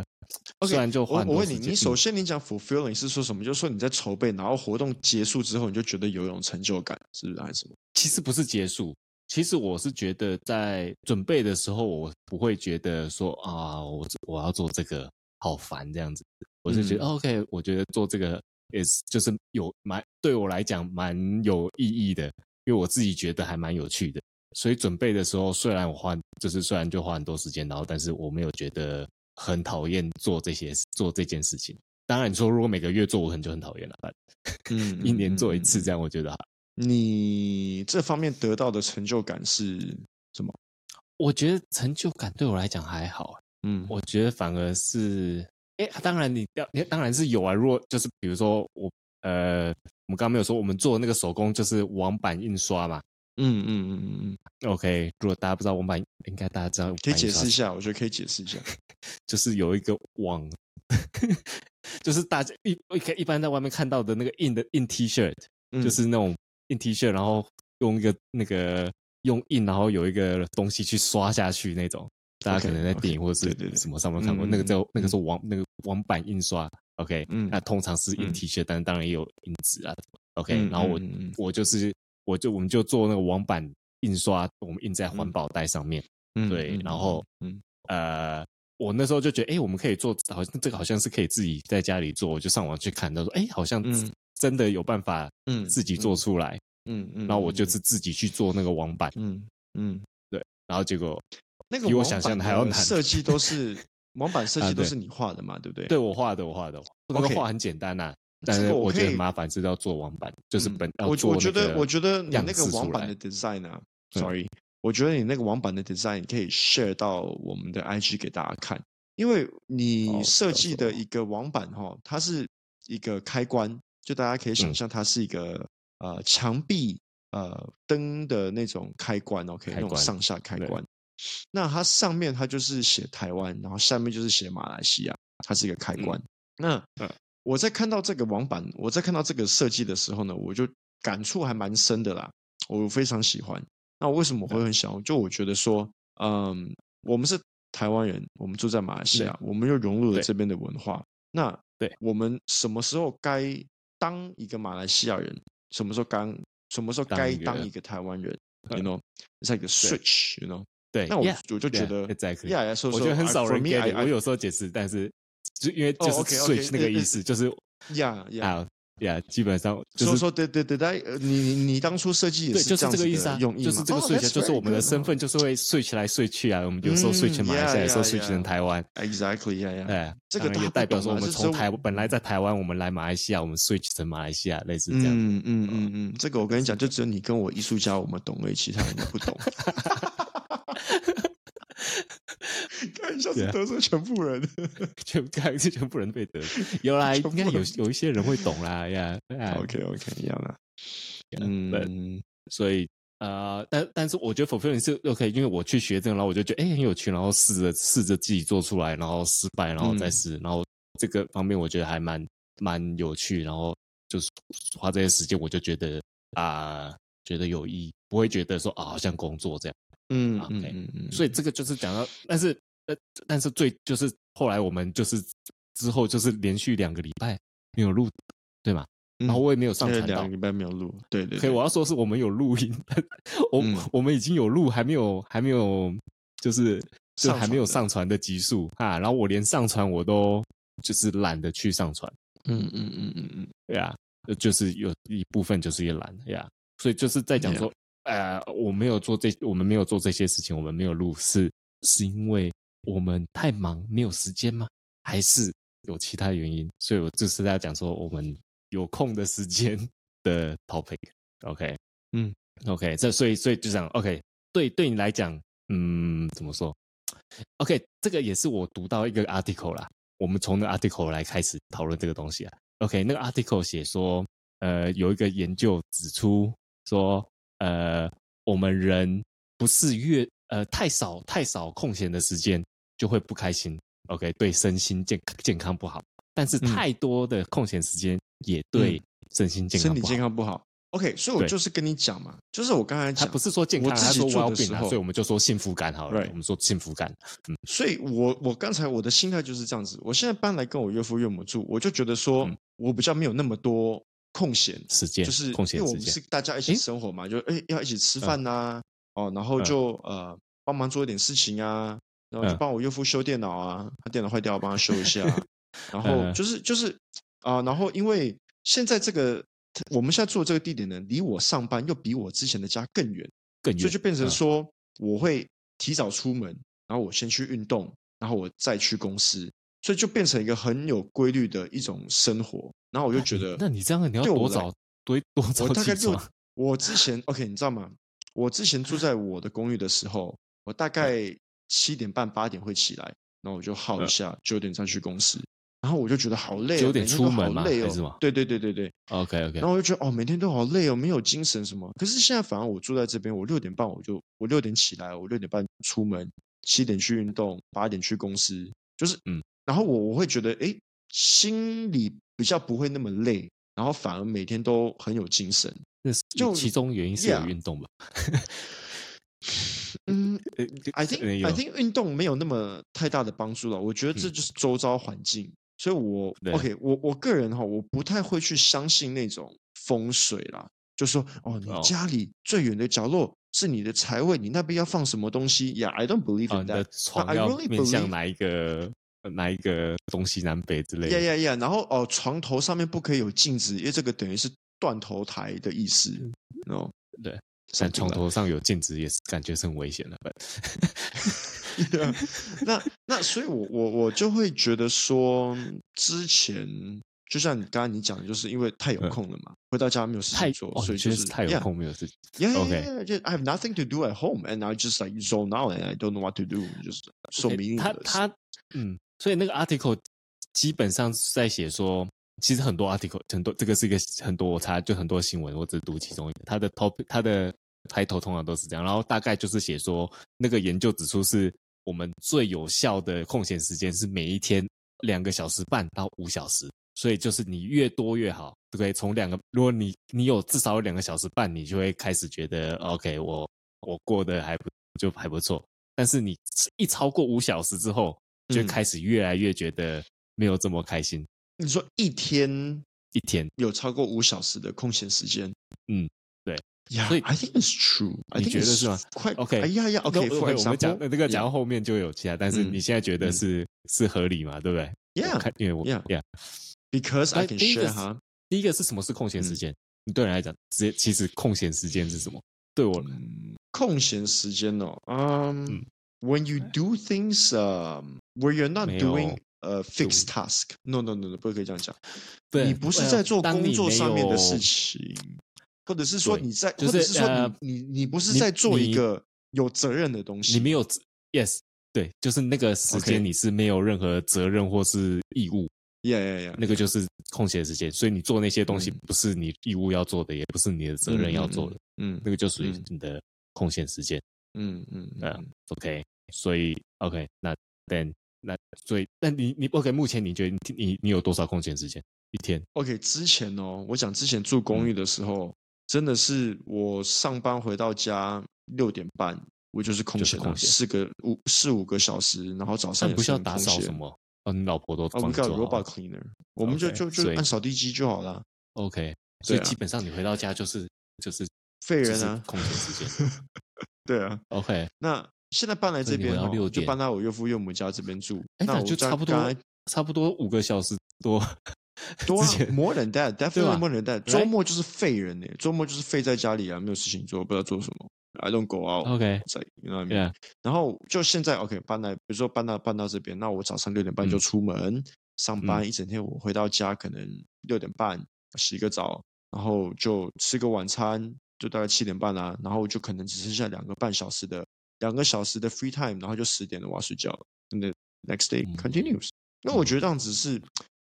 Speaker 1: OK，
Speaker 2: 虽然就
Speaker 1: 我
Speaker 2: 花很
Speaker 1: 我
Speaker 2: 多
Speaker 1: 问
Speaker 2: 时
Speaker 1: 你，
Speaker 2: 间
Speaker 1: 你首先你讲 fulfilling 是说什么？就是说你在筹备，然后活动结束之后，你就觉得有一种成就感，是不是还是什么？
Speaker 2: [laughs] 其实不是结束，其实我是觉得在准备的时候，我不会觉得说啊，我这我要做这个好烦这样子，我是觉
Speaker 1: 嗯
Speaker 2: 得、OK，我觉得做这个也是就是有蛮对我来讲蛮有意义的，因为我自己觉得还蛮有趣的。所以准备的时候，虽然我花就是虽然就花很多时间，然后但是我没有觉得很讨厌做这些做这件事情。当然，你说如果每个月做，我可能就很讨厌了。反
Speaker 1: 嗯
Speaker 2: 一年做一次这
Speaker 1: 样。
Speaker 2: 样，我觉得还
Speaker 1: 你这方面得到的成就感是什么？
Speaker 2: 我觉得成就感对我来讲还好，
Speaker 1: 嗯，
Speaker 2: 我觉得反而是，哎，当然你要，你当然是有啊。如果就是比如说我，呃，我们刚刚没有说我们做那个手工就是网版印刷嘛。
Speaker 1: 嗯嗯嗯嗯嗯，
Speaker 2: OK，如果大家不知道网版，应该大家知道网版
Speaker 1: 可以
Speaker 2: 印刷
Speaker 1: 解释一
Speaker 2: 是，
Speaker 1: 下，我觉得可以解释一
Speaker 2: [laughs]
Speaker 1: 下。
Speaker 2: 就是有一个网， [laughs] 就是大家一一一般在外面看到的那个印的印 T 恤，
Speaker 1: 嗯
Speaker 2: 就是那种印 T 恤，然后用一个那个用印，然后有一个东西去刷下去那种。大家
Speaker 1: OK，
Speaker 2: 可能在
Speaker 1: OK，
Speaker 2: 电影或者
Speaker 1: 对对
Speaker 2: 是
Speaker 1: 对
Speaker 2: 什么上面看过，
Speaker 1: 嗯
Speaker 2: 那个
Speaker 1: 嗯
Speaker 2: 叫
Speaker 1: 嗯
Speaker 2: 那个是网那个网版印刷，OK，
Speaker 1: 嗯
Speaker 2: 那通常是印
Speaker 1: 嗯
Speaker 2: T 恤，但当然也有印纸啊，OK，
Speaker 1: 嗯
Speaker 2: 然后我
Speaker 1: 嗯嗯嗯
Speaker 2: 我就是我就我们就做那个网版印刷，我们印在环保袋上面，
Speaker 1: 嗯
Speaker 2: 对
Speaker 1: 嗯
Speaker 2: 然后
Speaker 1: 嗯
Speaker 2: 呃，我那时候就觉得，哎、我们可以做，好像这个好像是可以自己在家里做，我就上网去看，他说，哎、好像
Speaker 1: 嗯
Speaker 2: 真的有办法
Speaker 1: 嗯
Speaker 2: 自己做出来，
Speaker 1: 嗯嗯，
Speaker 2: 然后我就
Speaker 1: 嗯
Speaker 2: 是自己去做那个网版，
Speaker 1: 嗯嗯，
Speaker 2: 然后结果
Speaker 1: 那个
Speaker 2: 比我
Speaker 1: 网
Speaker 2: 想
Speaker 1: 版
Speaker 2: 象的还
Speaker 1: 的
Speaker 2: 要难
Speaker 1: 设计都是网版设
Speaker 2: [laughs] 啊
Speaker 1: 计都
Speaker 2: 对
Speaker 1: 是你画的嘛，对不对？
Speaker 2: 对我画的我画的，那个
Speaker 1: OK 嗯
Speaker 2: 画很简单呐、但
Speaker 1: 这
Speaker 2: 是
Speaker 1: 个我
Speaker 2: 我
Speaker 1: 可
Speaker 2: 觉得
Speaker 1: 以
Speaker 2: 很麻烦是要做网版，就是
Speaker 1: 嗯
Speaker 2: 本要
Speaker 1: 我
Speaker 2: 做
Speaker 1: 我觉
Speaker 2: 那
Speaker 1: 得
Speaker 2: 个
Speaker 1: 我觉得你
Speaker 2: 样
Speaker 1: 那个
Speaker 2: 式
Speaker 1: 网
Speaker 2: 出
Speaker 1: 版
Speaker 2: 来
Speaker 1: 的 design 啊
Speaker 2: 嗯
Speaker 1: ，sorry，我觉得你那个网版的 design 可以 share 到我们的 IG 给大家看，因为你
Speaker 2: 哦
Speaker 1: 设
Speaker 2: 到时
Speaker 1: 计的
Speaker 2: 候
Speaker 1: 一个网版哈、它是一个开关，就大家可以想
Speaker 2: 嗯
Speaker 1: 象它是一个、呃墙壁呃灯的那种开关，OK，那
Speaker 2: 开
Speaker 1: 种
Speaker 2: 关
Speaker 1: 上下开
Speaker 2: 对
Speaker 1: 关。那它上面它就是写台湾，然后下面就是写马来西亚，它是一个开
Speaker 2: 嗯
Speaker 1: 关。那
Speaker 2: 嗯
Speaker 1: 我在看到这个网版，我在看到这个设计的时候呢，我就感触还蛮深的啦，我非常喜欢。那为什么我
Speaker 2: 嗯
Speaker 1: 会很想？就我觉得说，嗯，我们是台湾人，我们住在马来西
Speaker 2: 对
Speaker 1: 亚，我们又融入了
Speaker 2: 嗯对
Speaker 1: 这边的文化。那
Speaker 2: 对
Speaker 1: 我们什么时候该当一个马来西亚人？什么时候刚？什么时候
Speaker 2: 当
Speaker 1: 该
Speaker 2: 一个
Speaker 1: 当一个台湾人？You
Speaker 2: 嗯
Speaker 1: know，it's like a switch，you know。
Speaker 2: 对，
Speaker 1: 那我
Speaker 2: yeah，
Speaker 1: 我就觉
Speaker 2: yeah，
Speaker 1: 得
Speaker 2: exactly，
Speaker 1: ，Yeah，so
Speaker 2: 我
Speaker 1: so
Speaker 2: 觉得很
Speaker 1: I-
Speaker 2: 少
Speaker 1: for
Speaker 2: 人
Speaker 1: me,
Speaker 2: 给
Speaker 1: I-
Speaker 2: 我
Speaker 1: I-
Speaker 2: 有时候解释，但是就因为就
Speaker 1: 哦
Speaker 2: 是
Speaker 1: ，OK，OK，
Speaker 2: switch 那个
Speaker 1: 呃
Speaker 2: 意
Speaker 1: 呃
Speaker 2: 思，就是
Speaker 1: 呀呀，
Speaker 2: 啊呀，基本上就
Speaker 1: 所以
Speaker 2: 是
Speaker 1: 说对对对，但呃你你你当初设计也
Speaker 2: 对，就是
Speaker 1: 这样
Speaker 2: 这
Speaker 1: 子
Speaker 2: 个意思
Speaker 1: 的
Speaker 2: 啊，
Speaker 1: 用意
Speaker 2: 就
Speaker 1: 嘛？
Speaker 2: 是这个
Speaker 1: Oh,
Speaker 2: switch，啊
Speaker 1: that's
Speaker 2: 就是我
Speaker 1: very
Speaker 2: 们的
Speaker 1: good,
Speaker 2: 身
Speaker 1: huh?
Speaker 2: 份就是会 switch 来 switch 去啊，我们有时候 switch
Speaker 1: 嗯
Speaker 2: 马来西亚，有时候
Speaker 1: yeah，yeah，
Speaker 2: switch 成
Speaker 1: yeah
Speaker 2: 台湾，
Speaker 1: e x a c t l y 呀呀，
Speaker 2: 哎，
Speaker 1: 这个
Speaker 2: 当然
Speaker 1: 大
Speaker 2: 也
Speaker 1: 家不
Speaker 2: 代表
Speaker 1: 懂
Speaker 2: 说我
Speaker 1: 啊
Speaker 2: 们
Speaker 1: 这这
Speaker 2: 从台本来在台湾，我们来马来西亚，我们 switch 成马来西亚，类似这样。
Speaker 1: 嗯嗯
Speaker 2: 嗯
Speaker 1: 嗯嗯，这个我跟你讲，就只有你跟我艺术家我们懂而已，其他人都不
Speaker 2: [laughs]
Speaker 1: 懂。 [laughs] 看一下
Speaker 2: 对
Speaker 1: 是
Speaker 2: 啊
Speaker 1: 得罪全部
Speaker 2: [laughs]
Speaker 1: 人，
Speaker 2: 全部看是全部人被得，
Speaker 1: [laughs]
Speaker 2: 有啦，
Speaker 1: 全部
Speaker 2: 应该有
Speaker 1: 人
Speaker 2: 有一些人会懂啦呀。呀
Speaker 1: OK OK 一样的，
Speaker 2: 哎对啊
Speaker 1: 嗯
Speaker 2: 所以呃，但但是我觉得 fulfilling 是 OK，因为我去学这个，然后我就觉得哎、诶很有趣，然后试着试着自己做出来，然后失败，然后再
Speaker 1: 嗯
Speaker 2: 试，然后这个方面我觉得还蛮蛮有趣，然后就是花这些时间，我就觉得啊、觉得有意义，不会觉得说啊好像工作这样。
Speaker 1: 嗯
Speaker 2: 啊
Speaker 1: 嗯
Speaker 2: ，OK
Speaker 1: 嗯嗯，
Speaker 2: 所以这个就是讲到，但是呃，但是最就是后来我们就是之后就是连续两个礼拜没有录，对吗？
Speaker 1: 嗯
Speaker 2: 然后我也没有上
Speaker 1: 那
Speaker 2: 传
Speaker 1: 两
Speaker 2: 到
Speaker 1: 个。礼拜没有录，对对
Speaker 2: 可
Speaker 1: 对
Speaker 2: 以，我要说是我们有录音，但我、
Speaker 1: 嗯
Speaker 2: 我们已经有录，还没有还没有就是就
Speaker 1: 上传
Speaker 2: 还没有
Speaker 1: 的
Speaker 2: 上传的集数啊。然后我连上传我都就是懒得去上传，
Speaker 1: 嗯嗯嗯嗯嗯。
Speaker 2: 对啊，呃就是有一部分就是也懒，对啊。所以就是在讲说，呃，我没有做这，我们没有做这些事情，我们没有录，是是因为我们太忙没有时间吗？还是有其他原因？所以我就是在讲说，我们有空的时间的 topic。OK， [laughs]
Speaker 1: 嗯
Speaker 2: ，OK，这所以所以就讲 OK，对对你来讲，嗯，怎么说？OK，这个也是我读到一个 article 啦，我们从那个 article 来开始讨论这个东西啊。OK，那个 article 写说，呃，有一个研究指出说，呃，我们人不是越呃太少太少空闲的时间就会不开心，OK，对身心健健康不好。但是
Speaker 1: 嗯
Speaker 2: 太多的空闲时间也对身心健康
Speaker 1: 身
Speaker 2: 不
Speaker 1: 体
Speaker 2: 好。
Speaker 1: 健康不好。 OK，所以我
Speaker 2: 对
Speaker 1: 就是跟你讲嘛，就是我刚才
Speaker 2: 他
Speaker 1: 讲，
Speaker 2: 不是说健
Speaker 1: 我
Speaker 2: 康，啊
Speaker 1: 自
Speaker 2: 他
Speaker 1: 己
Speaker 2: 说我
Speaker 1: 做
Speaker 2: 要
Speaker 1: 的
Speaker 2: 病
Speaker 1: 时
Speaker 2: 了，
Speaker 1: 候
Speaker 2: 所以我们就说幸福感好了
Speaker 1: Right
Speaker 2: 我们说幸福感，
Speaker 1: 所以我我刚才我的心态就是这样子。我现在搬来跟我岳父岳母住，我就觉得说，
Speaker 2: 嗯
Speaker 1: 我比较没有那么多空闲，
Speaker 2: 时间
Speaker 1: 就是
Speaker 2: 空
Speaker 1: 因为
Speaker 2: 闲
Speaker 1: 我
Speaker 2: 时
Speaker 1: 们是
Speaker 2: 间，
Speaker 1: 大家一起
Speaker 2: 诶
Speaker 1: 生活嘛，就哎要一起吃
Speaker 2: 嗯
Speaker 1: 饭呐、哦，然后
Speaker 2: 嗯
Speaker 1: 就、呃帮忙做一点事情啊，然后就
Speaker 2: 嗯
Speaker 1: 帮我岳父修电脑啊，他电脑坏掉我帮他修一下啊，然后
Speaker 2: 嗯
Speaker 1: 就是就是啊、然后因为现在这个我们现在住的这个地点呢，离我上班又比我之前的家更远。
Speaker 2: 更远，
Speaker 1: 所以就变成
Speaker 2: 嗯
Speaker 1: 说，我会提早出门，然后我先去运动，然后我再去公司，所以就变成一个很有规律的一种生活。然后我就觉得，
Speaker 2: 哦那你这样你要
Speaker 1: 对我
Speaker 2: 多
Speaker 1: 来
Speaker 2: 早多多早
Speaker 1: 我大
Speaker 2: 起
Speaker 1: 概就
Speaker 2: 床？
Speaker 1: 我之前 OK，你知道吗？我之前住在我的公寓的时候，我
Speaker 2: 嗯
Speaker 1: 大概七点半八点会起来，然后我就耗一
Speaker 2: 嗯
Speaker 1: 下，九点再去公司。然后我就觉得好累、哦，
Speaker 2: 9点
Speaker 1: 每天都
Speaker 2: 出门
Speaker 1: 好
Speaker 2: 吗
Speaker 1: 累
Speaker 2: 还
Speaker 1: 哦
Speaker 2: 是什么
Speaker 1: 对对对对对，
Speaker 2: OK OK，
Speaker 1: 然后我就觉得哦，每天都好累哦，没有精神什么。可是现在反而我住在这边，我六点半我就我六点起来，我六点半出门，七点去运动，八点去公司，就是
Speaker 2: 嗯
Speaker 1: 嗯。然后我我会觉得诶，心里比较不会那么累，然后反而每天都很有精神。
Speaker 2: 那是
Speaker 1: 就
Speaker 2: 其中原因是有
Speaker 1: Yeah
Speaker 2: 运动吧？
Speaker 1: 嗯
Speaker 2: 呃
Speaker 1: ，I
Speaker 2: 可能
Speaker 1: think
Speaker 2: 有
Speaker 1: I think 运动没有那么太大的帮助了。我觉得这
Speaker 2: 嗯
Speaker 1: 就是周遭环境，所以我
Speaker 2: 对
Speaker 1: OK，我我个人哈、我不太会去相信那种风水啦，就说哦，你
Speaker 2: 哦
Speaker 1: 家里最远的角落是你的财位，你那边要放什么东西呀、yeah,？I don't believe
Speaker 2: 啊，
Speaker 1: in
Speaker 2: 你的
Speaker 1: that。
Speaker 2: 床
Speaker 1: I
Speaker 2: 要
Speaker 1: really
Speaker 2: 面向
Speaker 1: believe-
Speaker 2: 哪一个呃哪一个东西南北之类
Speaker 1: 呀
Speaker 2: 的？
Speaker 1: 呀呀！然后哦，床头上面不可以有镜子，因为这个等于是断头台的意思。哦，
Speaker 2: 嗯对，但
Speaker 1: something
Speaker 2: 床
Speaker 1: like
Speaker 2: 头上有镜子也是感觉是很危险的。 [laughs]
Speaker 1: [laughs] 对啊那那，所以我我我就会觉得说，之前就像你刚刚你讲的，就是因为太有
Speaker 2: 嗯
Speaker 1: 空了嘛，回到家没有事
Speaker 2: 太
Speaker 1: 情做，
Speaker 2: 哦，
Speaker 1: 所
Speaker 2: 你
Speaker 1: 以
Speaker 2: 觉
Speaker 1: 就
Speaker 2: 得
Speaker 1: 是
Speaker 2: 太有空没有事情？
Speaker 1: Yeah, yeah,
Speaker 2: OK
Speaker 1: yeah, yeah, just I have nothing to do at home, and I just like zone out, and I don't know what to do. Just so
Speaker 2: 对
Speaker 1: meaningless.
Speaker 2: 他他嗯，所以那个 article 基本上是在写说，其实很多 article 很多这个是一个很多我查就很多新闻，我只读其中一个，它的 top 它的抬头通常都是这样，然后大概就是写说，那个研究指出是我们最有效的空闲时间是每一天两个小时半到五小时。所以就是你越多越好，对不对？从两个，如果你你有至少有两个小时半，你就会开始觉得 OK，我我过得还不就还不错。但是你一超过五小时之后，就
Speaker 1: 嗯
Speaker 2: 开始越来越觉得没有这么开心。
Speaker 1: 你说一天
Speaker 2: 一天，
Speaker 1: 有超过五小时的空闲时间，
Speaker 2: 嗯，对。
Speaker 1: Yeah,
Speaker 2: 所以
Speaker 1: I think it's true. I
Speaker 2: 你
Speaker 1: think
Speaker 2: 觉得
Speaker 1: it's
Speaker 2: 是吗
Speaker 1: Quite
Speaker 2: OK，
Speaker 1: 哎呀呀
Speaker 2: 那
Speaker 1: ，OK.
Speaker 2: 我
Speaker 1: For
Speaker 2: 我们
Speaker 1: example,
Speaker 2: 讲那这个讲
Speaker 1: yeah,
Speaker 2: 到后面就有其他，但是
Speaker 1: 嗯
Speaker 2: 你现在觉得
Speaker 1: 嗯
Speaker 2: 是、是合理嘛？对不对？我
Speaker 1: yeah,
Speaker 2: 看，因为我
Speaker 1: yeah
Speaker 2: yeah
Speaker 1: because I
Speaker 2: 那
Speaker 1: can
Speaker 2: 第一
Speaker 1: share.
Speaker 2: 个是
Speaker 1: 哈、
Speaker 2: 第一个是什么是空闲
Speaker 1: 嗯
Speaker 2: 时间？你对人来讲，直接其实空闲时间是什么？对我
Speaker 1: 嗯空闲时间哦，嗯
Speaker 2: 嗯
Speaker 1: ，When you do things, um, where you're not
Speaker 2: 没
Speaker 1: doing
Speaker 2: 有
Speaker 1: 呃 fixed task. No, no, no, no，不可以这样讲。
Speaker 2: 对
Speaker 1: 你不是
Speaker 2: 呃
Speaker 1: 在做
Speaker 2: 当
Speaker 1: 工
Speaker 2: 你
Speaker 1: 作
Speaker 2: 没
Speaker 1: 上面的事
Speaker 2: 有
Speaker 1: 情，或者是说
Speaker 2: 对
Speaker 1: 你在，
Speaker 2: 就
Speaker 1: 或者
Speaker 2: 是
Speaker 1: 是说
Speaker 2: 呃
Speaker 1: 你你你不是
Speaker 2: 你
Speaker 1: 在做一
Speaker 2: 你
Speaker 1: 个有责任的东
Speaker 2: 你
Speaker 1: 西。
Speaker 2: 没有责 yes，对，就是那个时
Speaker 1: OK
Speaker 2: 间你是没有任何责任或是义务
Speaker 1: Yeah, yeah, yeah.
Speaker 2: 那个就是空闲时间，所以你做那些东西
Speaker 1: 嗯
Speaker 2: 不是你义务要做的，也不是你的责任要做的，
Speaker 1: 嗯
Speaker 2: 那个就属于
Speaker 1: 嗯
Speaker 2: 你的空闲时间。
Speaker 1: 嗯嗯嗯
Speaker 2: 呃 OK，所以 OK，那 then 那所以那你你 OK，目前你觉得你你你有多少空闲时间？一天
Speaker 1: OK，之前哦，我讲之前住
Speaker 2: 嗯
Speaker 1: 公寓的时候，真的是我上班回到家六点半，我就是空
Speaker 2: 就是
Speaker 1: 闲了
Speaker 2: 空闲
Speaker 1: 四个五四五个小时，然后早上
Speaker 2: 那
Speaker 1: 也
Speaker 2: 不需
Speaker 1: 是
Speaker 2: 要
Speaker 1: 很
Speaker 2: 打
Speaker 1: 空
Speaker 2: 扫
Speaker 1: 闲
Speaker 2: 什么？哦，你老婆都
Speaker 1: 啊、
Speaker 2: 帮
Speaker 1: w e
Speaker 2: 你
Speaker 1: got
Speaker 2: 做好
Speaker 1: robot cleaner，我们就
Speaker 2: OK，
Speaker 1: 就就
Speaker 2: 所以
Speaker 1: 按扫地机就好了，
Speaker 2: OK，所以
Speaker 1: 对啊
Speaker 2: 基本上你回到家就是就是
Speaker 1: 废
Speaker 2: 就
Speaker 1: 人
Speaker 2: 是
Speaker 1: 啊，
Speaker 2: 空闲时间。 [laughs]
Speaker 1: 对啊。
Speaker 2: OK，
Speaker 1: 那现在搬来
Speaker 2: 所以
Speaker 1: 这
Speaker 2: 你回
Speaker 1: 边
Speaker 2: 到
Speaker 1: 哦，
Speaker 2: 六
Speaker 1: 就
Speaker 2: 点
Speaker 1: 搬到我岳父岳母家这边住，
Speaker 2: 哎，
Speaker 1: 那
Speaker 2: 那
Speaker 1: 我
Speaker 2: 就
Speaker 1: 家
Speaker 2: 差不
Speaker 1: 刚
Speaker 2: 多
Speaker 1: 才
Speaker 2: 差不多五个小时多
Speaker 1: 多
Speaker 2: 之
Speaker 1: 啊
Speaker 2: 前
Speaker 1: ，more than
Speaker 2: [laughs]
Speaker 1: that，definitely
Speaker 2: 吧哎
Speaker 1: more than that。周
Speaker 2: Right？
Speaker 1: 末就是废人呢、欸周末就是废在家里啊，没有事情做，不知道做什么。I don't go out，
Speaker 2: OK，
Speaker 1: 在 you know what I mean？
Speaker 2: yeah，
Speaker 1: 然后就现在 OK 搬来，比如说搬到搬到这边，那我早上六点半就
Speaker 2: 嗯
Speaker 1: 出门、上班，一整天我回到家可能六点半洗个澡，然后就吃个晚餐，就大概七点半啦、然后就可能只剩下两个半小时的两个小时的 free time，然后就十点了我要睡觉了。And the next day
Speaker 2: 嗯
Speaker 1: continues、那我觉得这样子是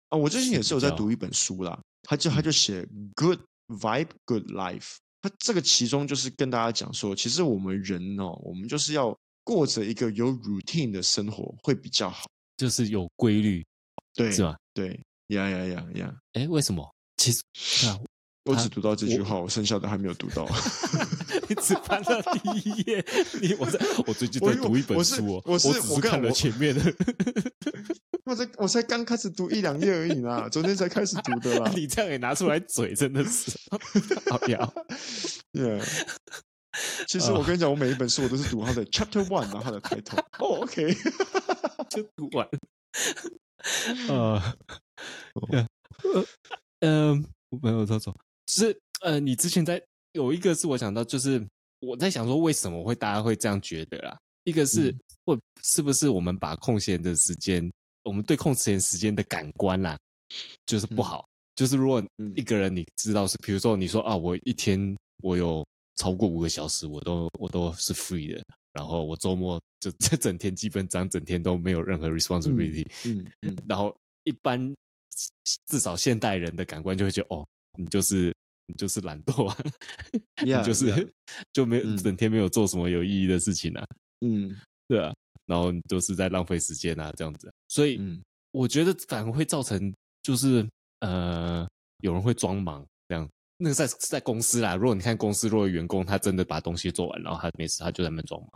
Speaker 1: 啊，我最近
Speaker 2: 是嗯
Speaker 1: 也是有
Speaker 2: 比
Speaker 1: 在
Speaker 2: 较
Speaker 1: 读一本书啦，他就他就写 Good Vibe Good Life，他这个其中就是跟大家讲说，其实我们人哦，我们就是要过着一个有 routine 的生活会比较好，
Speaker 2: 就是有规律
Speaker 1: 对
Speaker 2: 是吧？啊
Speaker 1: 对，呀呀呀呀， [laughs]
Speaker 2: 哎，为什么？其实对啊，
Speaker 1: 我
Speaker 2: 他
Speaker 1: 只读到这句话，我剩下的还没有读
Speaker 2: [laughs]
Speaker 1: 到。
Speaker 2: 你只翻到第一页，你我在我最近
Speaker 1: 我
Speaker 2: 在
Speaker 1: 以为
Speaker 2: 读一本
Speaker 1: 我是
Speaker 2: 书哦，
Speaker 1: 我是
Speaker 2: 只
Speaker 1: 我
Speaker 2: 是
Speaker 1: 跟
Speaker 2: 看了
Speaker 1: 我
Speaker 2: 前
Speaker 1: [laughs]
Speaker 2: 面的，。
Speaker 1: 我才我才刚开始读一两页而已啦，昨天才开始读的啦
Speaker 2: 你这样也拿出来嘴，真的
Speaker 1: [laughs]
Speaker 2: 是好呀， [laughs]
Speaker 1: Yeah 其
Speaker 2: 啊
Speaker 1: 实我跟你讲，我每一本书我都是读它的 Chapter One，然后它的 title。哦，OK，
Speaker 2: 就读完。
Speaker 1: 哦
Speaker 2: 呃，呃，嗯，我没有走走，就是呃，你之前在有一个是我想到，就是我在想说为什么会大家会这样觉得啦？一个
Speaker 1: 嗯
Speaker 2: 是会、是不是我们把空闲的时间，我们对空闲时间的感官啦，就是不
Speaker 1: 嗯
Speaker 2: 好。就是如果
Speaker 1: 嗯
Speaker 2: 一个人你知道是，比如说你说啊，我一天我有超过五个小时，我都我都是 free 的，然后我周末就 [laughs] 这整天基本上整天都没有任何 responsibility，、
Speaker 1: 嗯嗯，
Speaker 2: 然后一般至少现代人的感官就会觉得哦，你就是你就是懒惰啊， [laughs]
Speaker 1: Yeah，
Speaker 2: 你就是
Speaker 1: yeah
Speaker 2: [laughs] 就没有、
Speaker 1: 嗯
Speaker 2: 整天没有做什么有意义的事情啊，
Speaker 1: 嗯
Speaker 2: 对啊，然后你就是在浪费时间啊这样子，所以、
Speaker 1: 嗯
Speaker 2: 我觉得反而会造成就是呃，有人会装忙这样。那个在是在公司啦，如果你看公司，如果员工他真的把东西做完，然后他没事，他就在那边装忙。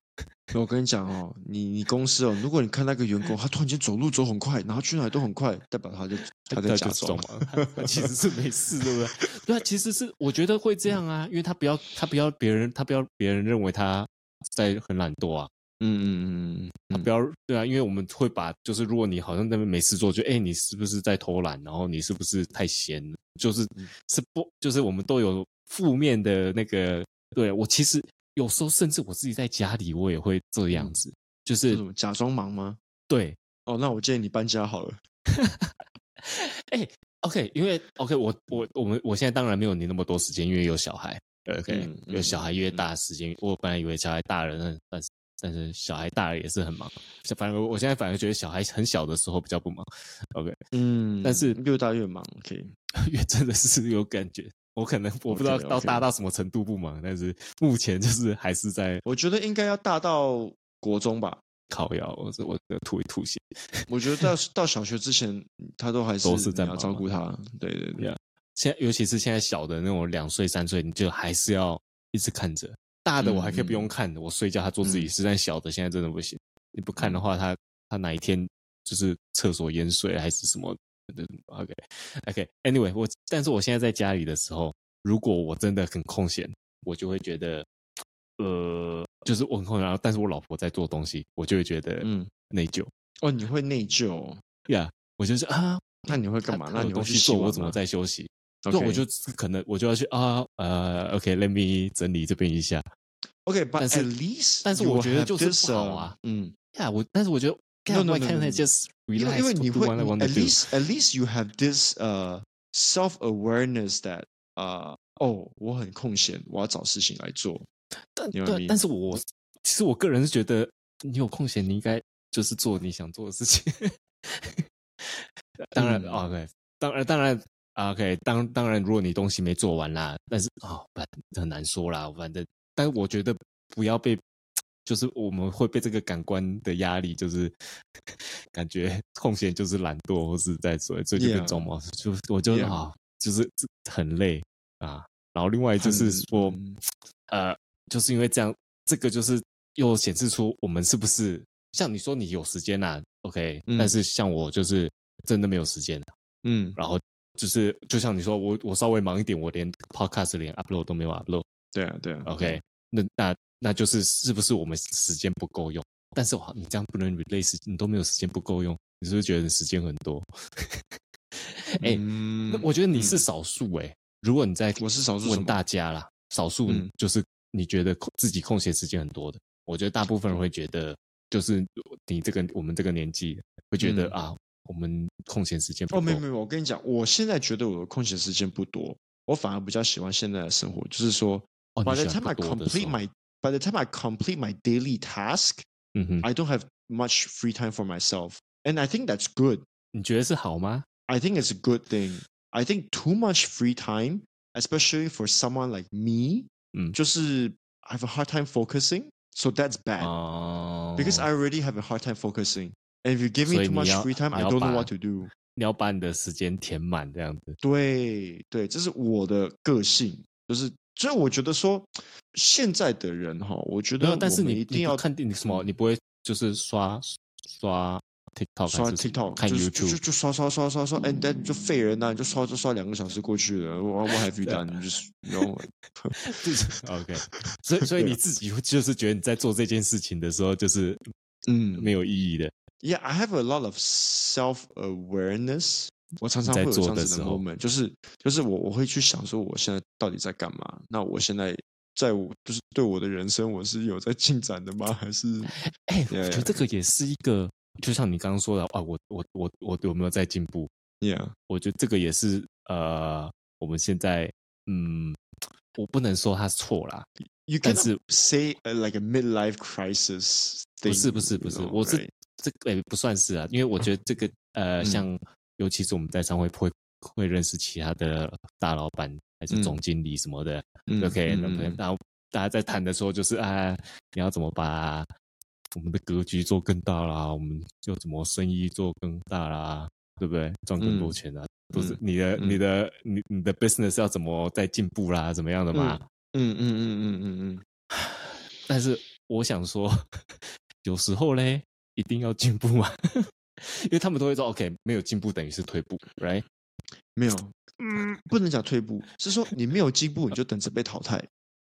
Speaker 1: 我跟你讲哦，你你公司哦，如果你看那个员工，他突然间走路走很快，然后去哪里都很快，代表他就他在假
Speaker 2: 就是
Speaker 1: 装
Speaker 2: 装。忙， [laughs] 他其实是没事，对不对？ [laughs] 对啊，其实是我觉得会这样啊，因为他不要他不要别人他不要别人认为他在很懒惰啊，
Speaker 1: 嗯嗯嗯嗯
Speaker 2: 他不要对啊，因为我们会把就是如果你好像在那边没事做，就哎、你是不是在偷懒，然后你是不是太闲，就是
Speaker 1: 嗯
Speaker 2: 是不就是我们都有负面的那个，对我其实有时候甚至我自己在家里我也会这样
Speaker 1: 嗯
Speaker 2: 子，就
Speaker 1: 这
Speaker 2: 是
Speaker 1: 种假装忙吗？
Speaker 2: 对
Speaker 1: 哦，那我建议你搬家好了。
Speaker 2: 哎、o k 因为 OK，我我我们我现在当然没有你那么多时间，因为有小孩。OK，、
Speaker 1: 嗯
Speaker 2: 有小孩越
Speaker 1: 嗯
Speaker 2: 大时间，我本来以为小孩大了，但是但是小孩大了也是很忙。反而我现在反而觉得小孩很小的时候比较不忙。OK， [laughs]
Speaker 1: 嗯，
Speaker 2: 但是
Speaker 1: 越大越忙。OK，
Speaker 2: 越真的是有感觉。我可能我不知道
Speaker 1: OK，OK
Speaker 2: 到大到什么程度不忙，但是目前就是还是在
Speaker 1: 我觉得应该要大到国中吧。
Speaker 2: 靠腰，我是我吐一吐血。
Speaker 1: 我觉得
Speaker 2: [laughs]
Speaker 1: 到到小学之前，他都还是
Speaker 2: 都是在
Speaker 1: 你要
Speaker 2: 忙
Speaker 1: 照
Speaker 2: 嘛
Speaker 1: 顾他。对对对
Speaker 2: Yeah 现在尤其是现在小的那种两岁三岁，你就还是要一直看着。大的我还可以
Speaker 1: 嗯
Speaker 2: 不用看的，我睡觉他做自己事，但小的现在真的不行。你不
Speaker 1: 嗯
Speaker 2: 看的话，他他哪一天就是厕所淹水还是什么的？OK OK Anyway，我但是我现在在家里的时候，如果我真的很空闲，我就会觉得，呃，就是我很空闲，然后但是我老婆在做东西，我就会觉得
Speaker 1: 嗯，
Speaker 2: 内疚
Speaker 1: 哦，你会内疚哦，
Speaker 2: 呀。Yeah，我就是啊，
Speaker 1: 那你会干嘛？
Speaker 2: 她
Speaker 1: 那
Speaker 2: 有
Speaker 1: 你会
Speaker 2: 东
Speaker 1: 去
Speaker 2: 西
Speaker 1: 洗
Speaker 2: 做，我
Speaker 1: 碗
Speaker 2: 怎么
Speaker 1: 吗
Speaker 2: 在休息？
Speaker 1: ？OK，
Speaker 2: 对，我就可能我就要去啊，呃，OK，let、me 整理这边一下。
Speaker 1: OK，but
Speaker 2: 但是
Speaker 1: at least，
Speaker 2: 但是
Speaker 1: you
Speaker 2: 我
Speaker 1: will
Speaker 2: 觉得
Speaker 1: have
Speaker 2: 就是
Speaker 1: this,
Speaker 2: 不好
Speaker 1: uh，
Speaker 2: 啊
Speaker 1: 嗯，
Speaker 2: 呀、我但是我觉得
Speaker 1: No,
Speaker 2: ，God,
Speaker 1: no,
Speaker 2: why
Speaker 1: no,
Speaker 2: can't
Speaker 1: no,
Speaker 2: I
Speaker 1: no.
Speaker 2: just
Speaker 1: 因
Speaker 2: relax？
Speaker 1: 为因为你
Speaker 2: do
Speaker 1: 会
Speaker 2: what I
Speaker 1: 你
Speaker 2: want to
Speaker 1: at
Speaker 2: do？
Speaker 1: least at least you have this uh self awareness that uh 哦，我很空闲，我要找事情来做。
Speaker 2: 但
Speaker 1: you know what I
Speaker 2: 对
Speaker 1: mean？，
Speaker 2: 但是我其实我个人是觉得，你有空闲，你应该就是做你想做的
Speaker 1: [laughs]
Speaker 2: 事情。当然、
Speaker 1: 嗯
Speaker 2: o k 当然当然啊，OK，当当然，如果你东西没做完啦，但是啊、哦，反很难说啦，反正，但我觉得不要被，就是我们会被这个感官的压力，就是 [laughs] 感觉空闲就是懒惰，或是在所以所以就变
Speaker 1: Yeah
Speaker 2: 中嘛，就我就啊
Speaker 1: Yeah
Speaker 2: 就是很累啊，然后另外就是
Speaker 1: 很
Speaker 2: 说。
Speaker 1: 嗯
Speaker 2: 呃，就是因为这样，这个就是又显示出我们是不是像你说你有时间呐、OK，、啊
Speaker 1: 嗯
Speaker 2: 但是像我就是真的没有时间，
Speaker 1: 嗯
Speaker 2: 然后就是就像你说我我稍微忙一点，我连 podcast 连 upload 都没有 upload，OK，、
Speaker 1: 对啊对啊
Speaker 2: OK，那那那就是是不是我们时间不够用？但是哇，你这样不能 relate，时你都没有时间不够用，你是不是觉得你时间很多？哎、
Speaker 1: 嗯
Speaker 2: 那我觉得你是
Speaker 1: 嗯
Speaker 2: 少数诶、如果你在
Speaker 1: 我是少数什
Speaker 2: 问
Speaker 1: 么
Speaker 2: 大家啦，少数
Speaker 1: 嗯
Speaker 2: 就是你觉得空自己空闲时间很多的，我觉得大部分人会觉得，就是你这个我们这个年纪会觉得、
Speaker 1: 嗯
Speaker 2: 啊，我们空闲时间不
Speaker 1: 哦，
Speaker 2: 够。
Speaker 1: 没有没有，我跟你讲，我现在觉得我的空闲时间不多，我反而比较喜欢现在的生活，就是说、
Speaker 2: 哦
Speaker 1: b y
Speaker 2: 你
Speaker 1: the
Speaker 2: 喜欢
Speaker 1: time I
Speaker 2: 不多的时
Speaker 1: complete
Speaker 2: 候
Speaker 1: my by the time I complete my daily task,
Speaker 2: 嗯哼，
Speaker 1: I don't have much free time for myself, and I think that's good.
Speaker 2: 你觉得是好吗？
Speaker 1: I think it's a good thing. I think too much free time, especially for someone like me,
Speaker 2: 嗯
Speaker 1: 就是 I have a hard time focusing, so that's bad
Speaker 2: 哦 Oh.
Speaker 1: because I already have a hard time focusing. And if you give
Speaker 2: 所
Speaker 1: me
Speaker 2: 以
Speaker 1: too
Speaker 2: 你
Speaker 1: much
Speaker 2: 要
Speaker 1: free time,
Speaker 2: 你
Speaker 1: I
Speaker 2: 要
Speaker 1: don't know
Speaker 2: 把
Speaker 1: what to do.
Speaker 2: 你要把你的时间填满这样子。
Speaker 1: 对对，这是我的个性，就是所以我觉得说现在的人哈，我觉
Speaker 2: 没
Speaker 1: 得
Speaker 2: 有，但是
Speaker 1: 我们
Speaker 2: 你
Speaker 1: 一定
Speaker 2: 你不
Speaker 1: 要嗯
Speaker 2: 看电你什么，你不会就是刷刷 TikTok
Speaker 1: 刷
Speaker 2: 还是什么
Speaker 1: TikTok，
Speaker 2: 看
Speaker 1: 就是就
Speaker 2: YouTube
Speaker 1: 就。就刷刷刷刷刷，哎，你但就废人呐、你就刷就刷两个小时过去了，我我
Speaker 2: [laughs]
Speaker 1: have you done，你就是然后
Speaker 2: 就是 [laughs] OK，所以所以
Speaker 1: 啊
Speaker 2: 你自己会就是觉得你在做这件事情的时候，就是
Speaker 1: 嗯
Speaker 2: 没有意义的。
Speaker 1: Yeah, I have a lot of self awareness. 我常常会
Speaker 2: 在
Speaker 1: 有这
Speaker 2: 做
Speaker 1: 样
Speaker 2: 的
Speaker 1: 子的
Speaker 2: 时候
Speaker 1: moment，就是就是我我会去想说我现在到底在干嘛？那我现在在我就是对我的人生我是有在进展的吗？还是
Speaker 2: 哎、
Speaker 1: Yeah,
Speaker 2: 我觉
Speaker 1: yeah.
Speaker 2: 得这个也是一个，就像你刚刚说的啊，我我我我有没有在进步？
Speaker 1: yeah
Speaker 2: 我觉得这个也是呃，我们现在嗯，我不能说他错啦，
Speaker 1: you
Speaker 2: 但
Speaker 1: can
Speaker 2: 是
Speaker 1: say a, like a midlife crisis
Speaker 2: 不
Speaker 1: thing？
Speaker 2: 是不是不
Speaker 1: you
Speaker 2: 是，
Speaker 1: know,
Speaker 2: 我是
Speaker 1: right?
Speaker 2: 这个也、不算是啊，因为我觉得这个呃，
Speaker 1: 嗯
Speaker 2: 像尤其是我们在商会会会认识其他的大老板还是
Speaker 1: 嗯
Speaker 2: 总经理什么的，
Speaker 1: 嗯
Speaker 2: OK，
Speaker 1: 嗯
Speaker 2: 那么
Speaker 1: 嗯
Speaker 2: 然后大家在谈的时候就是啊，你要怎么把我们的格局做更大啦，我们就怎么生意做更大啦，对不对？赚更多
Speaker 1: 嗯
Speaker 2: 钱啊，都是
Speaker 1: 嗯
Speaker 2: 你的、
Speaker 1: 嗯
Speaker 2: 你的、你你的 business 要怎么在进步啦，怎么样的嘛？
Speaker 1: 嗯嗯嗯嗯嗯嗯
Speaker 2: 但是我想说，有时候嘞，一定要进步嘛， [laughs] 因为他们都会说 OK，没有进步等于是退步，right？
Speaker 1: 没有，嗯，不能讲退步，是说你没有进步，你就等着被淘汰。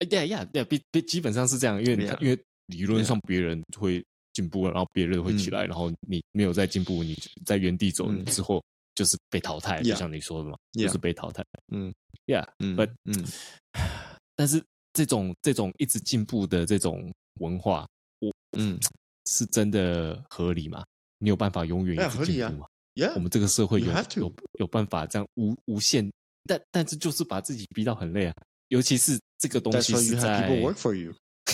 Speaker 2: 呀呀呀，啊比比基本上是这样，因为你看
Speaker 1: Yeah.
Speaker 2: 因为理
Speaker 1: 啊
Speaker 2: 论上别人会进步，然后别人会起来，然后你没有在进步，你就在原地走，
Speaker 1: 嗯
Speaker 2: 你之后就是被淘汰，就
Speaker 1: Yeah.
Speaker 2: 像你说的嘛，就
Speaker 1: Yeah.
Speaker 2: 是被淘汰。
Speaker 1: 嗯
Speaker 2: ，Yeah，
Speaker 1: 嗯
Speaker 2: But-
Speaker 1: 嗯
Speaker 2: 但是这种这种一直进步的这种文化
Speaker 1: 嗯
Speaker 2: 是真的合理吗？你有办法永远
Speaker 1: 哎
Speaker 2: 一
Speaker 1: 合
Speaker 2: 直
Speaker 1: 理
Speaker 2: 进
Speaker 1: 啊
Speaker 2: 步吗？
Speaker 1: ，Yeah，
Speaker 2: 我们这个社会
Speaker 1: You
Speaker 2: 有
Speaker 1: have to.
Speaker 2: 有有办法这样无无限，但但是就是把自己逼到很累啊，尤其是这个东
Speaker 1: that's
Speaker 2: 西
Speaker 1: why
Speaker 2: 是
Speaker 1: you
Speaker 2: 在
Speaker 1: have people work for you.
Speaker 2: [laughs]